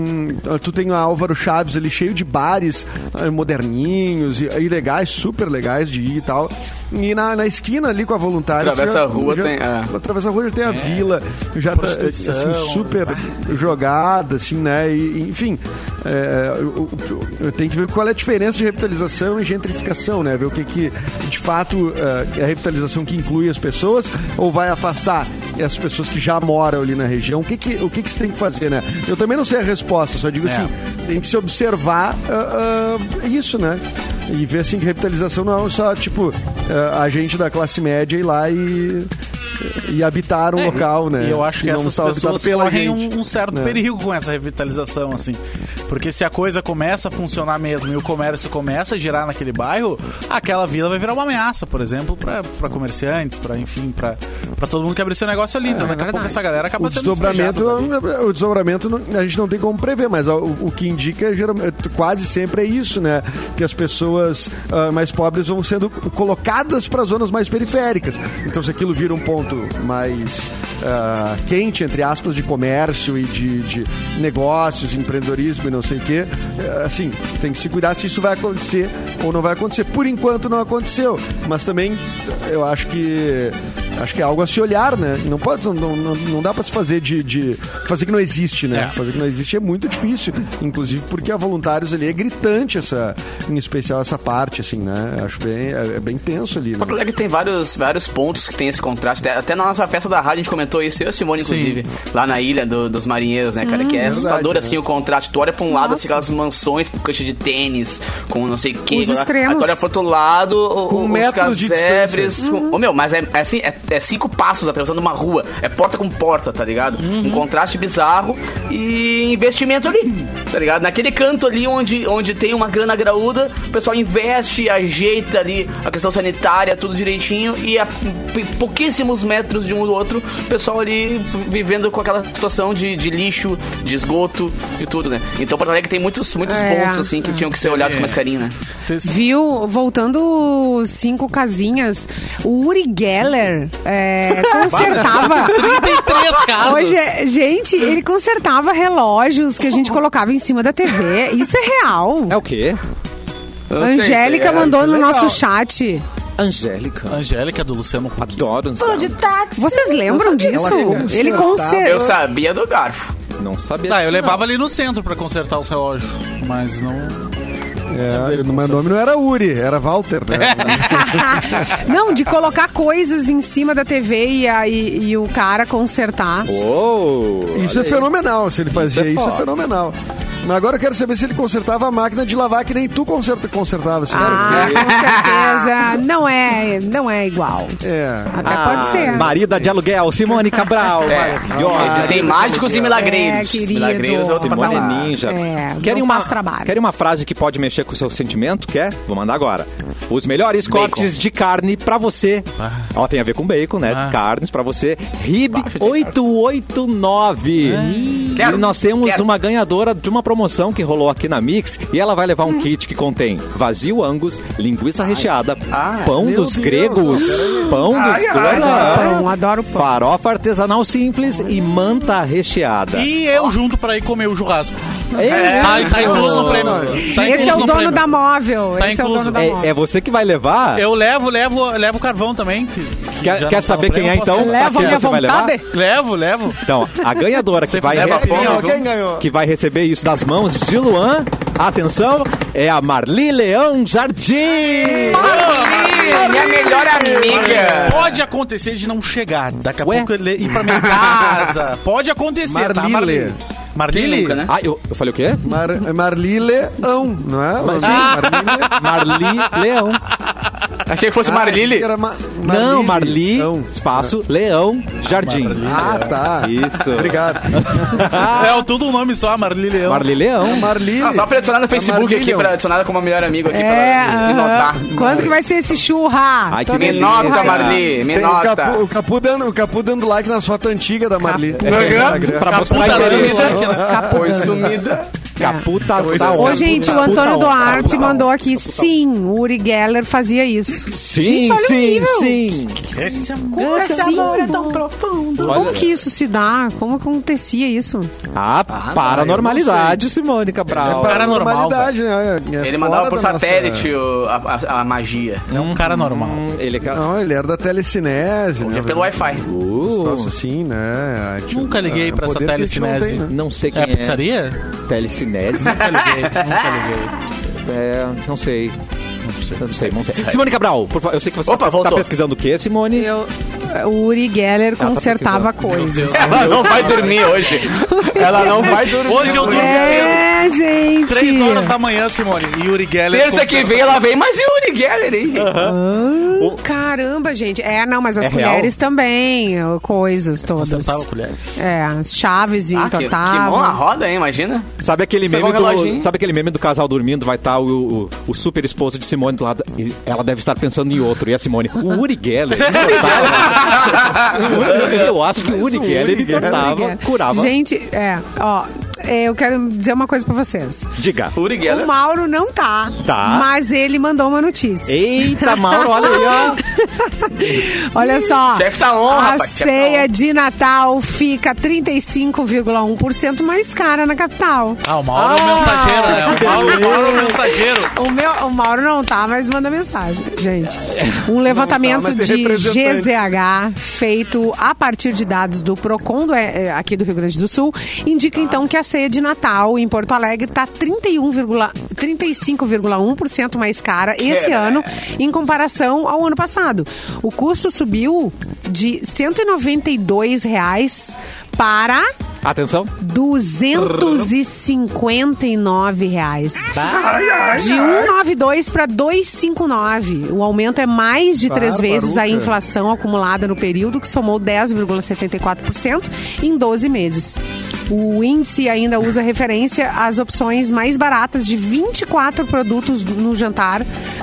tu tem o Álvaro Chaves ali cheio de bares eh, moderninhos e, e legais, super legais de ir e tal. E na, na esquina ali com a voluntária.
Atravessa
já-
a rua,
já-
tem- é.
Atravessa a rua já tem a vila, já tá, eh, assim,
Prostituição.
super jogada, assim, né? E, e, enfim, é, eu, eu- eu tenho que ver qual é a diferença de revitalização e gentrificação, né? Ver o que, que de fato é é a revitalização que inclui as pessoas ou vai afastar as pessoas que já moram ali na região. O que que, o que, que se tem que fazer, né? Eu também não sei a resposta, só digo
É.
assim, tem que se observar ah, ah, isso, né? E ver assim que revitalização não é só, tipo, ah, a gente da classe média ir lá e. E habitar um local, né?
É, E eu acho que
E não
essas
só habitado
pessoas correm um, um certo
né?
perigo com essa revitalização, assim. Porque se a coisa começa a funcionar mesmo e o comércio começa a girar naquele bairro, aquela vila vai virar uma ameaça, por exemplo, pra, pra comerciantes, pra, enfim, pra, pra todo mundo que abrir seu negócio ali. Então, daqui a pouco
É, verdade.
essa galera acaba
O
sendo despejada
desdobramento, é
dali.
o desdobramento não- a gente não tem como prever, mas o, o que indica geralmente, quase sempre é isso, né? Que as pessoas ah, mais pobres vão sendo colocadas para zonas mais periféricas. Então, se aquilo vira um ponto mais ah, quente, entre aspas, de comércio e de, de negócios, empreendedorismo e não sei o quê, eh, assim, tem que se cuidar se isso vai acontecer ou não vai acontecer. Por enquanto, não aconteceu, mas também eu acho que Acho que é algo a se olhar, né? Não, pode, não, não, não dá pra se fazer de, de- Fazer que não existe, né? Fazer que não existe é muito difícil. Inclusive porque a voluntários ali é gritante, essa, em especial essa parte, assim, né? Acho bem, é, é bem tenso ali. Né?
Porto Alegre tem vários, vários pontos que tem esse contraste. Até- Até na nossa festa da rádio a gente comentou isso, eu e a Simone, inclusive, lá na ilha do- dos marinheiros, né, cara? que é assustador,
né?
assim, o contraste. Tu olha pra um lado, assim,
Nossa.
aquelas mansões com cancha de tênis, com não sei o que.
Os extremos.
Aí tu olha pro outro lado, o-
Com
os
metros de
casebres. com- Ô, meu, mas é, é assim, é, é cinco passos atravessando uma rua. É porta com porta, tá ligado? Um contraste bizarro e investimento ali, tá ligado? Naquele canto ali onde, onde tem uma grana graúda, o pessoal investe, ajeita ali a questão sanitária, tudo direitinho e a pou- pouquíssimos metros de um do outro, o pessoal ali vivendo com aquela situação de, de lixo, de esgoto, de tudo, né? Então Porto Alegre tem muitos, muitos
É.
pontos, assim, que tinham que ser olhados com mais carinho, né?
Viu? Voltando cinco casinhas, o Uri Geller é, consertava.
Tem três casas.
Hoje, é- gente, ele consertava relógios que a gente colocava em cima da TV. Isso é real.
É o quê?
A
é
Angélica mandou no
legal.
nosso chat.
Angélica.
Angélica do Luciano Huck.
Adoro Angélica.
Vocês lembram disso?
consertava.
Ele
Eu
consertava.
sabia do garfo.
Não sabia.
Tá, eu
disso,
levava ali no centro pra consertar os relógios, mas não...
É, o meu nome não era Uri, era Walter, né?
É.
Não, de colocar coisas em cima da TV e, aí, e o cara consertar.
não. Uou!
Isso é
olha aí.
fenomenal, se ele fazia
é
isso,
foda.
é fenomenal. Mas agora eu quero saber se ele consertava a máquina de lavar que nem tu conserta, consertava. Assim,
Ah, com certeza. Não é, não é igual.
É.
Até
Ah,
pode ser.
Marida de aluguel, Simone Cabral.
É,
maravilhosa.
existem mágicos e
É,
milagreiros.
querido.
milagreiros é outro
Simone
patamar.
Ninja.
É,
querem,
não
uma,
faço trabalho.
querem uma frase que pode mexer com o seu sentimento? Quer? Vou mandar agora. Os melhores
Bacon. Ah.
cortes de carne pra você. Ó, tem a ver com bacon, né? Carnes pra você. Rib
Baixo Ah. de É.
889. E
Quero,
nós temos
quero.
uma ganhadora de uma promoção que rolou aqui na Mix e ela vai levar um kit que contém vazio angus, linguiça recheada,
Ai. Ah,
pão
Meu
dos
Deus,
gregos, pão dos...
Ai, ai,
Olha lá.
Pão, adoro pão.
Farofa artesanal simples e manta recheada.
E eu junto pra ir comer o churrasco.
Ei,
é.
Tá, tá incluso no prêmio. Tá
Esse
incluso
é o
no
dono
prêmio.
da móvel.
Tá
Esse é o
incluso.
dono da
né? é-
móvel.
é, você que vai levar?
Eu levo, levo, levo o carvão também. que- que
Quer-
já não
quer
tá no
saber quem
prêmio,
é,
eu posso
então?
levar.
Leva a
Aqui,
minha
você vai levar?
vontade.
Levo, levo.
Então, a ganhadora que
Você
vai,
leva a
re-
fome,
Não,
viu?
quem ganhou?
que vai receber isso das mãos de Luan, atenção, é a Marli Leão Jardim.
Ih, Minha melhor amiga.
Pode acontecer de não chegar. Daqui a
Ué?
pouco ele ir pra minha casa. Pode acontecer, tá,
Marlile.
Marlene? Marlene?
Quem nunca, né?
Ah, eu, eu falei o quê?
Mar, Marli Leão, não é?
Mas-
Marli
Marli Leão.
Achei que fosse Marília.
Ah, Era Ma-
Não, Marli,
Leão.
espaço, Leão Jardim.
Ah, tá.
Isso.
Obrigado.
É tudo um nome só, Marli Leão.
Marli
É,
Leão.
Marli.
Ah, só pra adicionar no Facebook aqui,
Marlilion.
pra adicionar como melhor amigo
É,
aqui, pra
aham.
exaltar.
Quando que vai ser esse churra?
Ai, que
Todo
Me
esse
Menor,
nota,
churra.
Marli, me
Tem um o Capu,
nota.
o, Capu dando, o Capu dando like nas fotos antigas da Marli.
É, pra mostrar
Capu tá
interesse.
sumida.
Foi sumida.
Caputa tá
Ô,
on.
gente, o
Caputa
Antônio
on,
Duarte
Caputa on.
mandou aqui, sim, o Uri Geller fazia isso.
Sim,
gente, olha o
sim,
nível.
sim.
Esse é
Como assim?
profundo.
Como
Olha.
que isso se dá? Como acontecia isso?
Ah, paranormalidade, Simone Cabral.
Cara normal,
normalidade, né? É
Ele
fora
mandava
da
por
nossa-
satélite o- a, a- a magia.
É um cara normal.
Ele é ca- Uh.
Não, ele era da telecinese.
Que é
né?
pelo Wi-Fi.
Nossa, sim, né? A gente-
Nunca liguei
é um
pra essa
poder que a gente não
telecinese.
tem, né?
Não sei
É
quem
a
é.
pizzaria?
Telecinese.
Nunca liguei, nunca liguei.
É, não sei. Não sei, não sei. Simone Cabral, por favor, eu sei que você
Opa,
tá, pes- tá
voltou.
pesquisando o quê, Simone?
O Uri Geller
tá
consertava coisas.
Ela não vai dormir hoje. Ela não vai dormir.
Hoje eu durmo cedo.
É, gente.
Três horas da manhã, Simone. E Uri Geller.
Terça que
conserva-
vem ela vem, mas e o Uri Geller, hein, gente?
Caramba, gente. É, não, mas as
É real?
colheres também, ó, coisas todas.
Acertava colheres.
É, as chaves
Ah, que, que
entortavam.
mão na roda, hein? Imagina.
Sabe aquele
Pegou
meme
o
do.
reloginho.
Sabe aquele meme do casal dormindo, vai estar o, o, o super esposo de Simone do lado. e Ela deve estar pensando em outro. E a Simone, o Uri Geller. eu acho que o Uri Geller ele
Geller.
tornava,
Obrigada.
curava.
Gente, é, ó. eh, eu quero dizer uma coisa pra vocês.
Diga.
Uri
O
Geller.
Mauro não tá,
Tá.
mas ele mandou uma notícia.
Eita, Mauro, olha aí, ó.
Olha só.
chefe tá on,
A
rapaz, chefe tá
ceia de Natal fica 35,1% mais cara na capital.
Ah, o Mauro é o mensageiro, né? O Mauro, o Mauro é o mensageiro.
O, meu, o Mauro não tá, mas manda mensagem, gente. Um levantamento
Não tá, mas tem
de
representante.
GZH feito a partir de dados do Procon do- eh, aqui do Rio Grande do Sul indica então que a ceia de Natal em Porto Alegre tá está 35,1% mais cara esse
né?
é.
ano em comparação ao ano passado. O custo subiu de R$ 192 reais para
Atenção.
259 reais. De 192 para 259. O aumento é mais de três
Barbaruca.
vezes a inflação acumulada no período, que somou 10,74% em 12 meses. O índice ainda usa referência às opções mais baratas de 24 produtos do- no jantar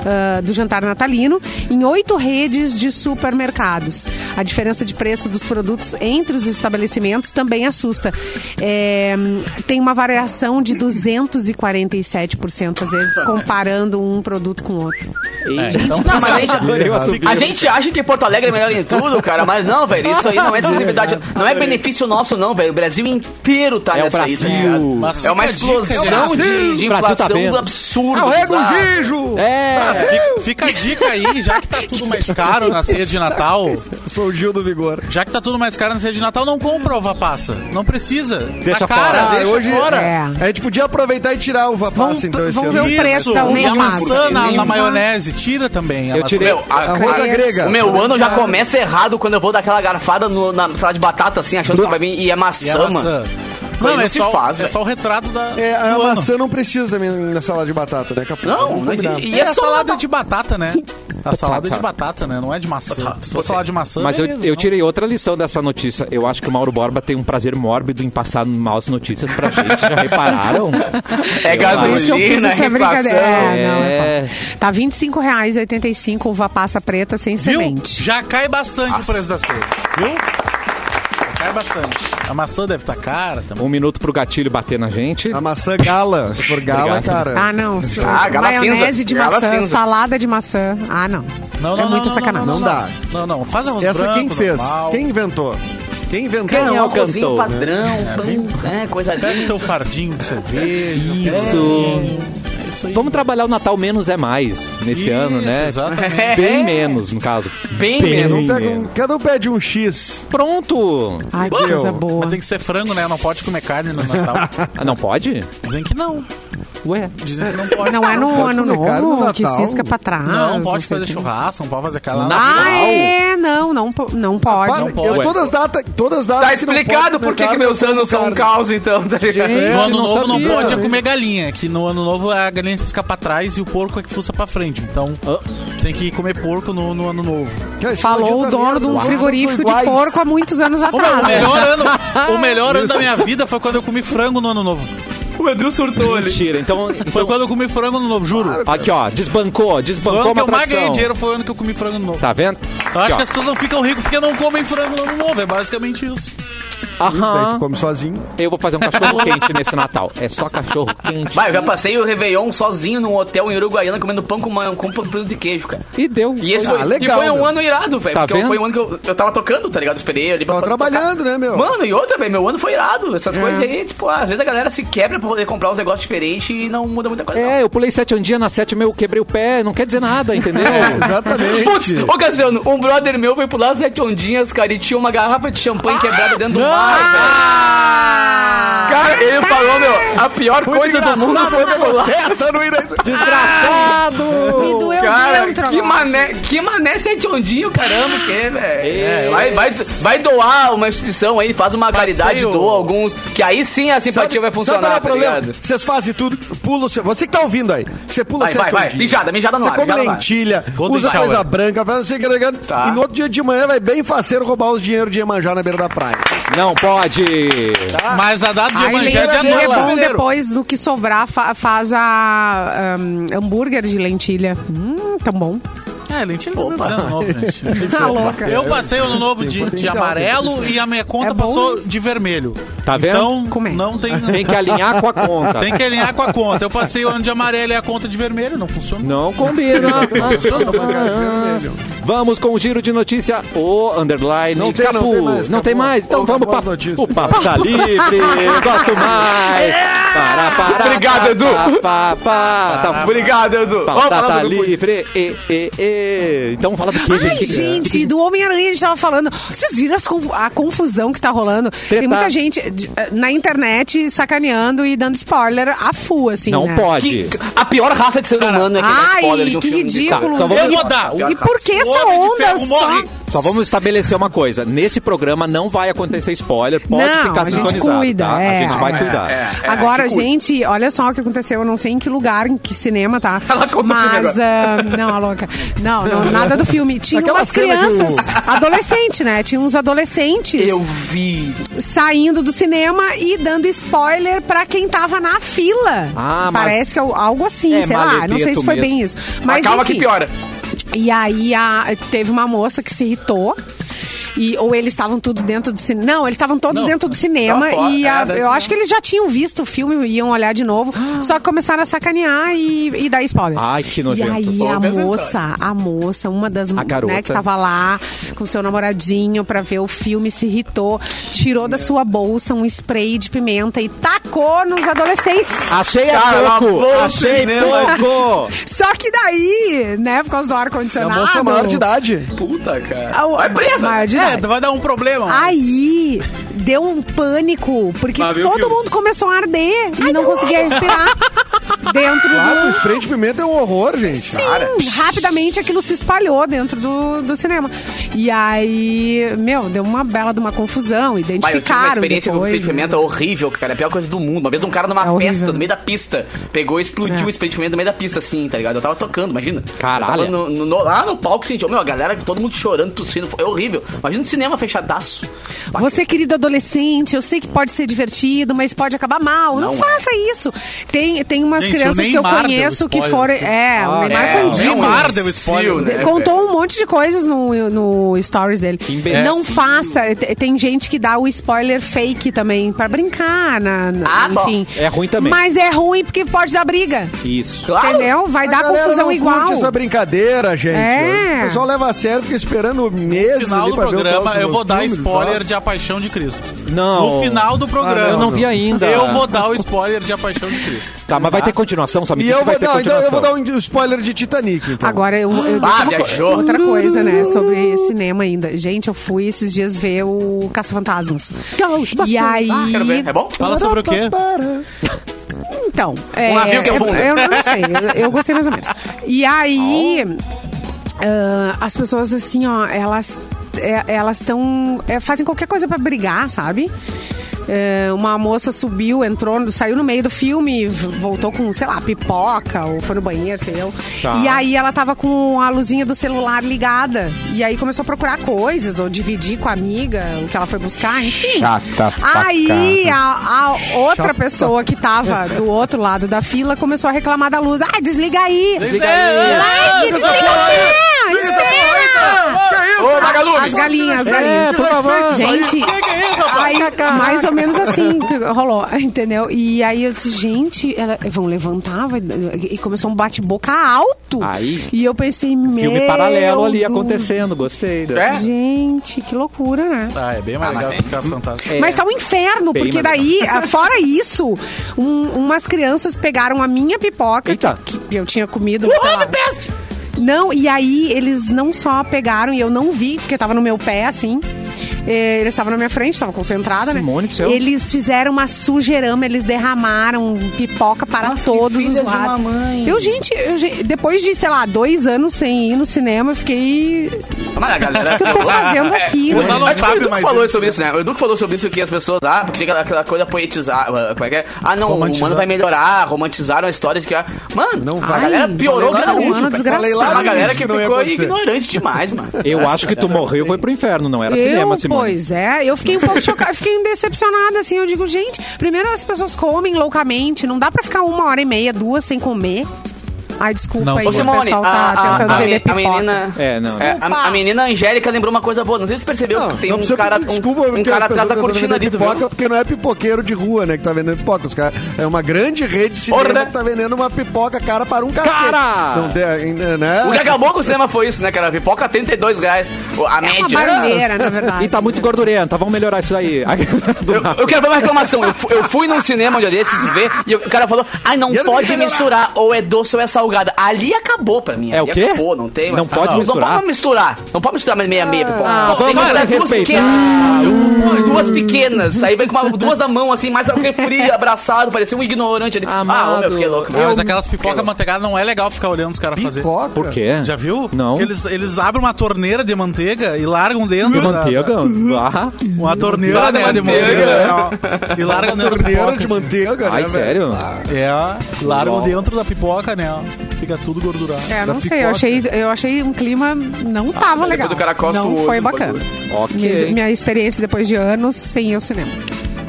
ah, do jantar natalino em oito redes de supermercados. A diferença de preço dos produtos entre os estabelecimentos também assusta. É, tem uma variação de 247% às vezes comparando um produto com o outro.
Não, mas a gente,
Adorei o assunto.
a gente acha que Porto Alegre é melhor em tudo, cara, mas não, velho. Isso aí não é exclusividade. Não é benefício nosso, não, velho. O Brasil inteiro tá
É o
nessa aí, tá
Brasil.
ligado?
Mas
É uma
fica a dica,
explosão
gente.
de, de
O Brasil tá
inflação
vendo.
absurda.
Arrega Ah, o
bizarra.
gijo!
É.
Fica, fica a dica aí, já que tá tudo mais caro na ceia de Natal,
Sou o Gil do Vigor.
já que tá tudo mais caro na ceia de Natal, não compra uva passa. Não precisa.
Deixa
tá cara,
fora.
deixa
Ah, hoje
fora.
É.
A gente podia aproveitar e tirar o
Vamos-
Vapassa, então, esse
vamos
ano.
ver o preço
Isso,
da uva
e a
passa.
maçã na, na
Limpa.
maionese, tira também. a
Eu
maçã.
tirei.
Meu, a-
Arroz da
Credo.
grega.
o meu ano já começa errado quando eu vou dar aquela garfada no- na salada de batata, assim, achando que vai vir e é
E a
maçã,
maçã.
mano. Aí
Não,
não
é
se
só,
faz,
é
velho.
só o retrato da.
É,
do
a
ano.
maçã não precisa também na salada de batata, né? Capô?
Não,
Vamos
não
combinar.
existe.
E
E
é,
é só
salada
uma-
de batata, né? A salada de batata, né? Não é de maçã. Se for salada de maçã,
Mas eu,
Então, beleza,
eu
não.
tirei outra lição dessa notícia. Eu acho que o Mauro Borba tem um prazer mórbido em passar maus notícias pra gente. Já repararam?
É
Por isso que eu fiz
gasolina,
essa
inflação.
brincadeira. É, não,
É.
é foda. Tá R$ 25,85 uva passa preta sem
Viu?
semente.
Já cai bastante o preço da ceia. Viu? Já Cai bastante. A maçã deve estar cara também.
Um minuto pro gatilho bater na gente.
A maçã gala. Se for gala,
Obrigado.
cara.
Ah, não.
Ah, gala
maionese
cinza.
de
Gala
maçã,
cinza.
salada de maçã. Ah, não. é muita sacanagem.
não, não. dá.
Não, não. Faz arroz
Essa
branco,
quem fez?
normal.
Quem inventou? Quem inventou?
Cara, um
Quem é o
álcoolzinho
cantor, É
padrão, pão, né, coisa
Pega
linda.
teu fardinho de cerveja. É isso aí.
Vamos trabalhar o Natal menos é mais nesse
Isso,
ano, né?
exatamente. É.
Bem menos, no caso.
Bem menos.
Cada um- Cada um pede um X.
Pronto!
Ai, que
Meu,
coisa boa.
Mas tem que ser frango, né? Não pode comer carne no Natal.
Ah, não pode?
Dizem que não.
Ué.
Dizem que não pode.
Não é no
pode
ano
comer carne no
novo que
Natal.
cisca pra trás.
Não pode
sei
fazer
o quê.
churrasco, não pode fazer aquela...
Ah,
Natal?
é? Não, não, po- não pode.
Para,
pode.
eu, todas as datas. Todas as datas
Tá
que não
explicado
pode
por que,
comer
que meus
carne,
anos são um
carne.
caos, então, tá ligado?
É. No ano novo não
sabia.
pode é comer galinha, que no ano novo a galinha se escapa pra trás e o porco é que fuça pra frente. Então tem que comer porco no, no ano novo.
Cara, isso não
Falou o
adianta
dono
mesmo.
de um
Todas as
frigorífico
são
de
iguais.
porco há muitos anos
O, meu-
atrás.
o melhor ano, o melhor ano da minha vida foi quando eu comi frango no ano novo.
O Edu surtou ali.
Mentira, então.
Foi quando eu comi frango no novo, juro.
Aqui, ó, desbancou,
O
desbancou
ano
uma
que eu mais ganhei
tradição.
dinheiro foi o ano que eu comi frango no novo.
Tá vendo?
Eu acho que é as
Aqui,
pessoas não ficam ricas porque não comem frango no ano novo. É basicamente isso.
ó.
Daí
Aham.
tu come sozinho.
Eu vou fazer um cachorro quente nesse Natal. É só cachorro quente.
Vai, eu já passei o Réveillon sozinho num hotel em Uruguaiana comendo pão com, uma, com pão de queijo, cara.
E deu.
E esse
Ah,
foi,
legal,
e foi um
meu.
ano irado, velho.
Tá
porque eu-
vendo?
foi um ano que eu, eu tava tocando, tá ligado? Eu Esperei ali pra
Tava
pra tocar.
trabalhando, né, meu? É.
Mano, e outra, velho, meu ano foi irado. Essas coisas aí, tipo, às vezes a galera se quebra pra poder comprar uns negócios diferentes e não muda muita coisa.
É, eu pulei sete um dia, na sétima eu quebrei o pé, não quer dizer nada, entendeu?
Exatamente.
não. Putz, ô Cassiano, um brother meu foi pular as sete ondinhas, cara, e tinha uma garrafa de champanhe quebrada dentro do mar,
Ah!
velho. Cara, ele falou, meu, a pior coisa do mundo foi
né,
pular.
É, tá
Desgraçado!
Me doeu
Cara,
dentro
que
agora.
mané, que mané sete ondinho, caramba, que, é, velho. É, vai, vai, vai doar uma instituição aí, faz uma caridade,
Passeio.
doa alguns, que aí sim a simpatia vai
sabe qual é
funcionar,
o
tá
problema?
ligado?
Vocês fazem tudo, pulo. Você que tá ouvindo aí, você pula
Vai, vai, vai.
ondinhas.
Mijada, mijada no
Você
ar,
come
mijada no ar.
lentilha,
Golden
usa
shower.
coisa branca, vai você agregando.
Tá.
E no outro dia de manhã vai bem faceiro roubar os dinheiros de Iemanjá na beira da praia.
Não pode!
Mas a data de
Aí
Evangelho é
lembra
dia
dele,
lentilha é
9
dela.
de
bom
fevereiro.
depois do que um, sobrar, fa- faz a ahm, hambúrguer de lentilha. Hum, tão bom.
É, lentilha não tá dizendo novo, gente.
Tá louca.
Eu passei o ano novo de, de
potencial,
amarelo e a minha conta
É bom
passou
isso.
de vermelho.
Tá vendo?
Então,
Como é?
não tem...
Tem que alinhar com a conta.
Tem que alinhar com a conta. Eu passei o ano de amarelo e a conta de vermelho não funciona.
Não combina.
Toma, cara,
né,
vermelho.
Vamos com o giro de notícia, o underline
Não tem,
Capu.
não tem mais,
Não tem
acabou.
mais? Então
Acabou
vamos
as
papo.
notícias.
O papo tá livre. eu Gosto mais. Pará, pará,
Obrigado,
pá,
Edu.
pá, pá, pá.
Ah,
Tá-
Obrigado, Edu.
tá,
Vamos
Batata
falar sobre o Pudim.
livre. E, e, e. Então fala do que,
Ai, gente, do Homem-Aranha a gente tava falando. Vocês viram as confu- a confusão que tá rolando? Tem muita gente de- eh, na internet sacaneando e dando spoiler a full, assim,
Não
né?
pode. Então
Que- a pior raça de ser humano é que
Ai,
spoiler de um
que
filme de-
ridículo.
Tá, só vamos-
Eu vou dar.
E por que essa
Homem de
onda
Ferro
só...
morre.
Só vamos estabelecer uma coisa. Nesse programa não vai acontecer spoiler. Pode
Não,
ficar
a gente
sintonizado.
cuida,
tá?
é.
A gente vai
É,
cuidar.
Agora, gente, olha só o que aconteceu. Eu não sei em que lugar, em que cinema, tá?
Ela conta o filme
Mas, ah, não, a louca. Não, não, nada do filme. Tinha
Aquela
umas
cena que o-
crianças, adolescente, né? Tinha uns adolescentes
Eu vi.
saindo do cinema e dando spoiler pra quem tava na fila.
Ah, mas-
Parece que é algo assim,
É,
sei lá. Não sei se foi
maledeto
bem isso. Mas,
calma
enfim.
que piora.
E aí a- teve uma moça que se irritou. E, ou eles estavam tudo dentro do cinema. Não, eles estavam todos dentro do cinema.
Tá fora,
e
é,
a-
dentro do
eu acho
cinema.
que eles já tinham visto o filme e iam olhar de novo. Só que começaram a sacanear e, e dar spoiler.
Ai, que nojento.
E aí
Só
a moça, a moça, uma das
A garota.
né, que tava lá com seu namoradinho pra ver o filme, se irritou, tirou da sua bolsa um spray de pimenta e tacou nos adolescentes.
Achei
Cara,
a pouco.
vou ao
Achei
cinema.
pouco.
Só que daí, né, por causa do
É a
ar-condicionado.
moça maior de idade.
Puta,
Ah,
cara.
o-
Vai presa.
maior de
É,
idade.
vai dar um problema.
Aí deu um pânico, porque
Mas viu que
todo
o-
mundo começou a arder e não conseguia respirar dentro
Claro, o
Ah.
do.
spray de pimenta é um horror, gente.
Sim, rapidamente aquilo se espalhou dentro do, do cinema. E aí, meu, deu uma bela de uma confusão,
Mas eu tive
identificaram.
uma experiência com um
depois, né?
spray de pimenta horrível, cara. É a pior coisa do mundo. Uma vez um cara numa
É horrível,
festa,
né?
no meio da pista, pegou e explodiu
É.
o spray de pimenta no meio da pista, assim, tá ligado? Eu tava tocando, imagina.
Caralho.
Eu tava No, no, no, lá no palco, sentiu. Meu, a galera, todo mundo chorando, tossindo. É horrível. Imagina um cinema fechadaço.
Você, querido adolescente, eu sei que pode ser divertido, mas pode acabar mal. Não,
Não é.
faça isso. Tem, tem umas
Gente, o
crianças que eu
Neymar deu
conheço que
spoiler. assim.
foram. É, o Neymar
é,
foi um
o
dia.
Neymar deu spoiler.
Sil, né,
Contou um monte de coisas no, no stories dele.
imbecil.
Não faça. T- Tem gente que dá o spoiler fake também pra brincar. Na, na-
Ah, bom.
enfim.
É ruim também.
Mas é ruim porque pode dar briga.
Isso.
Claro.
Entendeu? Vai
A
dar
galera
confusão
não
igual.
curte essa brincadeira, gente.
É.
O pessoal leva a sério, fica esperando
No
meses
final
ali
do
pra ver o
programa,
próximo
eu vou dar
filme,
spoiler
próximo.
de A Paixão de Cristo.
Não.
No final do programa.
Ah,
Eu não vi ainda.
Eu vou dar o spoiler de A Paixão de Cristo.
Tá, mas vai ter continuação, só me
E
diz
eu
se vai
vou,
ter
dar, então, eu
continuação.
vou dar um spoiler de Titanic, então.
Agora eu, eu
Ah,
deixa uma co-
viajou.
outra coisa, né, sobre cinema ainda. Gente, eu fui esses dias ver o Caça Fantasmas.
é
E aí,
Ah, quero ver. É bom?
Fala sobre o quê?
então, é,
navio que
eu,
afunda.
eu não sei, eu, eu gostei mais ou menos. E aí,
Oh.
ah, as pessoas assim, ó, elas é, elas estão fazem qualquer coisa pra brigar, sabe? É, uma moça subiu, entrou, saiu no meio do filme, v- voltou com, sei lá, pipoca ou foi no banheiro, sei eu.
Tá.
E aí ela tava com a luzinha do celular ligada. E aí começou a procurar coisas, ou dividir com a amiga o que ela foi buscar, enfim.
Chata pra
aí a, a outra
Chata.
pessoa que tava do outro lado da fila começou a reclamar da luz. Ah, desliga aí!
Desliga aí.
Ai, que desliga aí! Espera!
Ô, Magalume.
As galinhas, as
É,
galinhas.
por favor.
Gente,
Que que é isso,
aí,
rapaz?
mais ou menos assim que rolou, entendeu? E aí eu disse, gente, ela, vão levantar vai- e começou um bate-boca alto.
Aí.
E eu pensei, meu
Filme paralelo ali
Deus.
acontecendo, gostei. dessa.
É?
Gente, que loucura, né?
Ah, é bem mais
Ah,
legal
mas
que os caras fantásticos.
É.
Mas tá um inferno,
Bem
porque
mais
daí, ah, fora isso, um- umas crianças pegaram a minha pipoca,
Eita.
que, que eu tinha comido. sei lá. Não, e aí eles não só pegaram, e eu não vi, porque tava no meu pé, assim. eh, Eles estavam na minha frente, tava concentrada,
Simone
né?
do céu.
Eles fizeram uma sujeirama, eles derramaram pipoca para todos os lados. Eu, gente, eu, gente, depois de, sei lá, dois anos sem ir no cinema, eu fiquei.
Mas a galera...
O que eu tô fazendo aqui,
tá É, Você
né?
só não
Mas foi o
sabe
Edu que
mais
falou
isso.
sobre isso, né? O Edu que falou sobre isso que as pessoas. Ah, porque chega aquela coisa poetizada. Como é que é? Ah, não, o
Romantizar.
humano vai melhorar. Romantizaram a história de que. ah, Mano,
Não
a
vai.
galera piorou
Falei
cada
lá
um.
nisso,
cara.
Falei lá
Falei
Uma
lá
galera
nisso
que
que não ia
ficou
acontecer.
ignorante demais, mano.
Eu acho que tu morreu e foi pro inferno, não era cinema,
Eu,
Simone.
pois é, eu fiquei um pouco chocada, fiquei decepcionada, assim, eu digo, gente, primeiro as pessoas comem loucamente, não dá pra ficar uma hora e meia, duas sem comer. Ai, desculpa
Não
aí,
foi.
o
Ô, Simone,
pessoal
a,
tá
a-
tentando
a
vender
me- a
pipoca. Ah,
menina.
É, não.
É, a, a menina Angélica lembrou uma coisa boa. Não sei se você percebeu
Não,
que tem
não
um
precisa
cara,
pedir
um-
desculpa,
um,
porque
cara
as pessoas
atrás da
tão
cortina
vendendo
ali, tu
pipoca,
viu?
Porque não é pipoqueiro de rua, né, que tá vendendo pipoca. Os cara, é uma grande rede de cinema
Ora.
que tá vendendo uma pipoca cara para um cacete.
Cara!
Não tem ainda, né?
O que acabou com o cinema foi isso, né, cara? Pipoca 32 reais. A
É uma
média.
barulheira, na verdade.
Então,
E tá muito gordurenta, vamos melhorar isso aí. Do
Eu,
nada.
eu quero fazer uma reclamação. Eu, fu- eu fui num cinema um dia desses ver e o cara falou: ai, não
E era
pode
melhorar.
misturar, ou é doce ou é salgada. Ali acabou pra mim.
É
ali
o quê?
Acabou, não tem
Não pode misturar?
Não pode misturar. Não pode misturar mais meia-meia, pipoca.
Ah,
Pô, tem
vamos Ah.
que usar duas
respeitar.
pequenas. Duas pequenas. Aí vem com uma- duas na mão, assim, mais um refri abraçado, parecia um ignorante ali. Ah,
Amado.
ô, meu, fiquei louco.
Ah, mas aquelas pipoca manteigadas não é legal ficar olhando os caras fazer.
Pipoca?
Por quê?
Já viu?
Não.
Porque Eles, eles abrem uma torneira de manteiga e largam dentro.
De
da-
manteiga? Ah.
Uma torneira né, de manteiga. E largam dentro da
torneira
pipoca.
assim.
de manteiga,
Ai,
né,
sério?
assim. É, largam
Uau.
dentro da pipoca, né? Fica tudo gordurado.
É,
da
não sei, eu
pipoca.
achei, eu achei um clima não tava legal.
do cara coça Ah, o
não
olho
foi
no
bacana.
Ok.
Minha, minha experiência depois de anos sem ir ao cinema.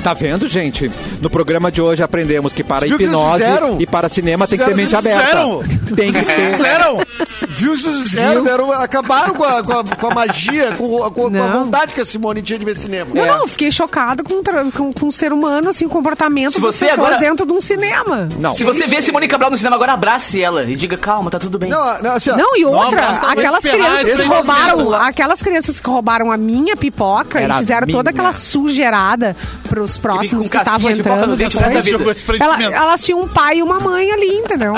Tá vendo, gente? No programa de hoje aprendemos que para
Viu o que
hipnose
vocês fizeram?
e para cinema tem que ter
Vocês
mente aberta.
fizeram?
Tem
É,
que ter.
Fizeram?
Viu se fizeram? deram- Acabaram com a, com a, com a magia, com, a- com a- com a
Não.
vontade que a Simone tinha de ver cinema. É.
Não, não, eu fiquei chocada com, tra- com, com o ser humano, assim, o comportamento
Se
das
você
pessoas
agora-
dentro de um cinema.
Não.
Se você vê Simone Cabral no cinema agora, abrace ela e diga: calma, tá tudo bem.
Não, não, assim, ó,
Não, e outra,
mas como é que
aquelas
esperar
crianças
esse
que roubaram,
movimento lá?
aquelas crianças que roubaram a minha pipoca
Era
e fizeram
minha.
toda aquela sujeirada pros próximos que estavam
casquinha de pipoca no
entrando.
dente
depois.
o resto da vida.
Jogou isso pra
Ela-
experimentar.
elas tinham um pai e uma mãe ali, entendeu?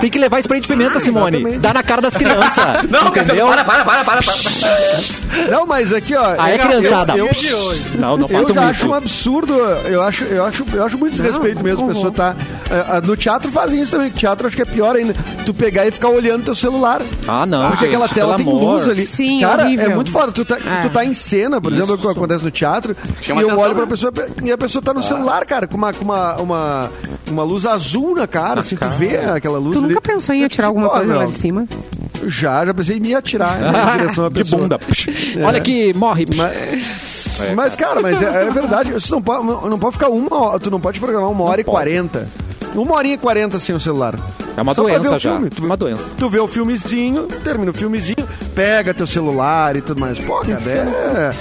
Tem que levar spray de pimenta, Simone.
Ah, exatamente.
Dá na cara das crianças.
Não,
entendeu?
Cassiano, para, para, para, para, para.
não, mas aqui, ó.
Ah, é
eu-
criançada.
eu-
de hoje.
Não, não
Eu
façam
já
isso.
acho um absurdo, eu acho, eu acho, eu acho muito desrespeito mesmo, a
uhum.
pessoa tá. é, é, no teatro fazem isso também. Teatro acho que é pior ainda. Tu pegar e ficar olhando teu celular.
Ah, não.
Porque aquela
gente,
tela
pelo
tem
amor.
luz ali.
Sim,
Cara,
horrível. Ah.
é muito foda. Tu tá, tu tá em cena, por exemplo, que acontece no teatro,
Chama
e eu
atenção,
olho pra
né?
pessoa e a pessoa
Ah.
tá no celular, cara, com uma, com uma, uma, uma luz azul na cara, assim, tu vê aquela luz
Tu
ali.
nunca pensou em
Eu
atirar
disse,
alguma
"Pô,
coisa lá
meu,
de cima?
Já, já pensei em me atirar né, em direção à
de
pessoa.
bunda.
É.
Olha que morre.
Mas, mas, cara, mas é, é verdade. Você não pode, não, não pode ficar uma hora. Tu não pode programar uma hora e quarenta. Uma horinha e quarenta sem o celular.
É uma
pra ver
doença
o
já.
filme. Tu,
Uma doença.
Tu vê o filmezinho, termina o filmezinho, pega teu celular e tudo mais. Pô, cara, é.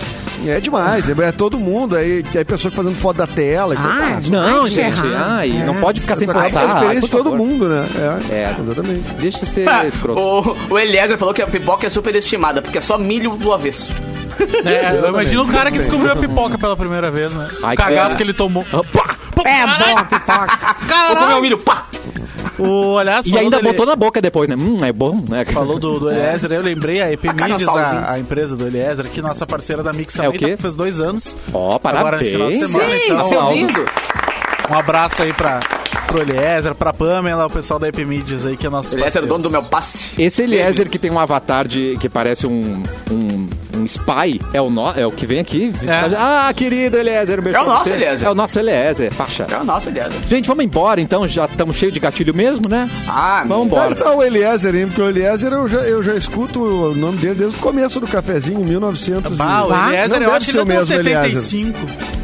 É demais, é, é todo mundo, aí é, pessoa que fazendo foto da tela. e
Ah,
coisa.
é.
Não,
Vai se
gente.
ferrar. É.
Ai, não pode ficar sem
Tu acaba com a
postar.
experiência
Ai,
de
por
todo
favor.
mundo, né? É,
É.
exatamente.
Deixa de ser é escroto.
O, o Eliezer falou que a pipoca é super estimada, porque é só milho do avesso.
É, eu imagino o cara que
também.
descobriu a pipoca pela primeira vez, né?
Ai,
o cagaço
cara.
que ele tomou.
Opa!
É bom a pipoca.
Vou comer o milho, pá!
O, aliás,
E
falou
ainda
dele-
botou na boca depois, né? Hum, é bom, né?
Falou do, do Eliezer, eu lembrei a EP
cara,
Mídias,
salzinho.
a, a empresa do Eliezer, que nossa parceira da Mix também,
o quê?
tá- fez dois anos.
Ó,
Agora nesse final de
parabéns.
semana,
é
Sim,
então,
seu
Alzo.
lindo.
Um abraço aí pra, pro Eliezer, pra Pamela, o pessoal da EP Mídias aí, que é nosso
O Eliezer é
parceiro.
o dono do meu passe.
Esse Eliezer que tem um avatar de, que parece um, um, um spy, é o, no, é o que vem aqui?
É.
Ah, querido Eliezer, um beijo
É o
pra
nosso
você.
Eliezer.
É o nosso Eliezer, faixa.
É o nosso Eliezer.
Gente, vamos embora então, já estamos cheios de gatilho mesmo, né?
Ah,
vamos
meu.
Mas
embora.
tá o Eliezer, hein? Porque o Eliezer eu já, eu já escuto o nome dele desde o começo do cafezinho, 1900.
Ah,
e-
o Eliezer,
é
Não
eu
deve
acho que
ser
ele tem
o
uns
mesmo Eliezer.
75.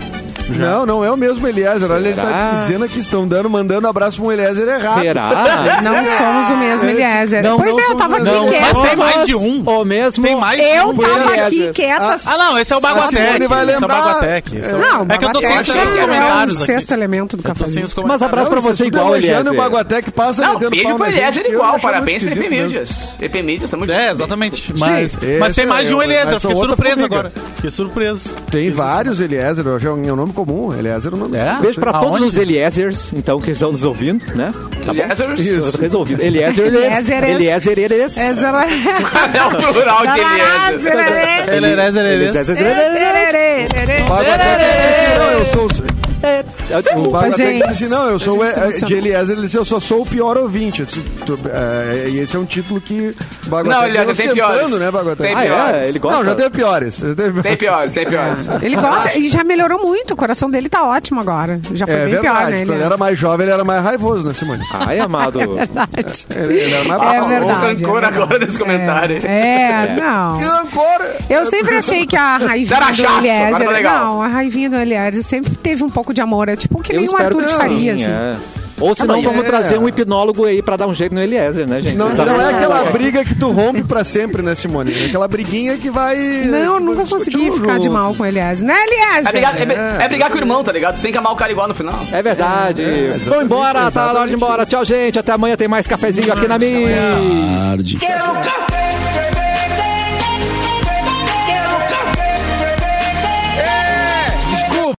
Não, não é o mesmo Eliezer. Olha, ele tá
Será?
dizendo que estão dando, mandando abraço pra um Eliezer errado.
Será?
Não somos o mesmo
É,
Eliezer.
não,
pois
não
é, eu tava
somos-
aqui
não,
Mas
quieta.
tem mais de um.
O mesmo.
Tem mais de
Eu
um.
tava aqui
Eliezer.
quieta.
Ah, não, esse é o Baguatec.
Simone vai
Esse é o
lembrar.
Baguatec. esse é o-
Não,
é que eu tô sem
Babatec
os
já é o
comentários aqui.
sexto elemento do
Eu tô sem
cafezinho.
os comentários.
abraço pra
vocês
você igual,
é elogiando
Eliezer.
o Baguatec, passa
Não,
metendo
beijo
pau
pro
na gente,
Eliezer
eu
igual.
acho muito
Parabéns pra EP
esquisito né? mesmo.
Mídias. EP Mídias, tamo junto.
É, exatamente. Mas,
Sim,
mas tem
esse
mais de
é
um
o-
Eliezer.
mas são
Fiquei
outra
surpreso
formiga.
agora. Fiquei surpreso.
Tem
Fiquei
vários Eliezer, eu acho que é um nome comum. Eliezer é um nome
É?
Beijo pra
Aonde?
todos os Eliezers, então, que estão nos ouvindo, né? Tá bom?
Eliezers.
Isso, resolvido. Eliezer, Eliezer,
Eliezers.
Eliezer, Eliezer.
É, zero-
É o plural de Eliezer.
Zererê.
surpreso. Eliezer, Eliezer.
Zererê. Zererê.
Baguatec disse É. que não, eu sou... o-
Ah, é?
O Baguatec
gente,
disse, não, eu sou o
a gente
é,
solucionou.
de Eliezer, ele disse, eu só sou o pior ouvinte. Eu disse, tu- é, E esse é um título que o Baguatec
Não, Eliezer,
vem
tem
ostentando,
piores.
né, Baguatec?
Tem
Ah, é?
piores.
Ele gosta?
Não, já teve piores. Já teve
Tem piores, tem piores.
Ele gosta e já melhorou muito. O coração dele tá ótimo agora. Já foi
É
bem
verdade.
pior, né?
Quando ele
Elias?
era mais jovem, ele era mais raivoso, né, Simone?
Ai, amado.
Verdade.
Ele, ele era mais
É
bravo.
verdade.
rancor
é verdade.
agora nesse comentário.
É, é, não.
Que rancor!
Eu sempre achei que a raivinha
Era chato,
do
agora
Eliezer...
tá legal.
não, a raivinha do Eliezer sempre teve um pouco de amor. É tipo que
Eu
nem o
espero
Arthur
que
de
sim,
Faria, assim.
é. Ou se não,
não,
vamos
é.
trazer um hipnólogo aí pra dar um jeito no Eliezer, né, gente?
Não,
Tá
não é
vendo?
aquela briga que tu rompe pra sempre, né, Simone? É aquela briguinha que vai.
Não, eu nunca consegui
Continua
ficar de
junto.
mal com o Elias. Né,
É brigar,
Elias?
é, br- é brigar com o irmão, tá ligado? Tu tem que amar o cara igual no final.
É verdade. Vão
exatamente,
embora, tá na hora de ir
exatamente.
embora. Tchau, gente. Até amanhã tem mais cafezinho aqui na Mi.
Tarde.
Quero café!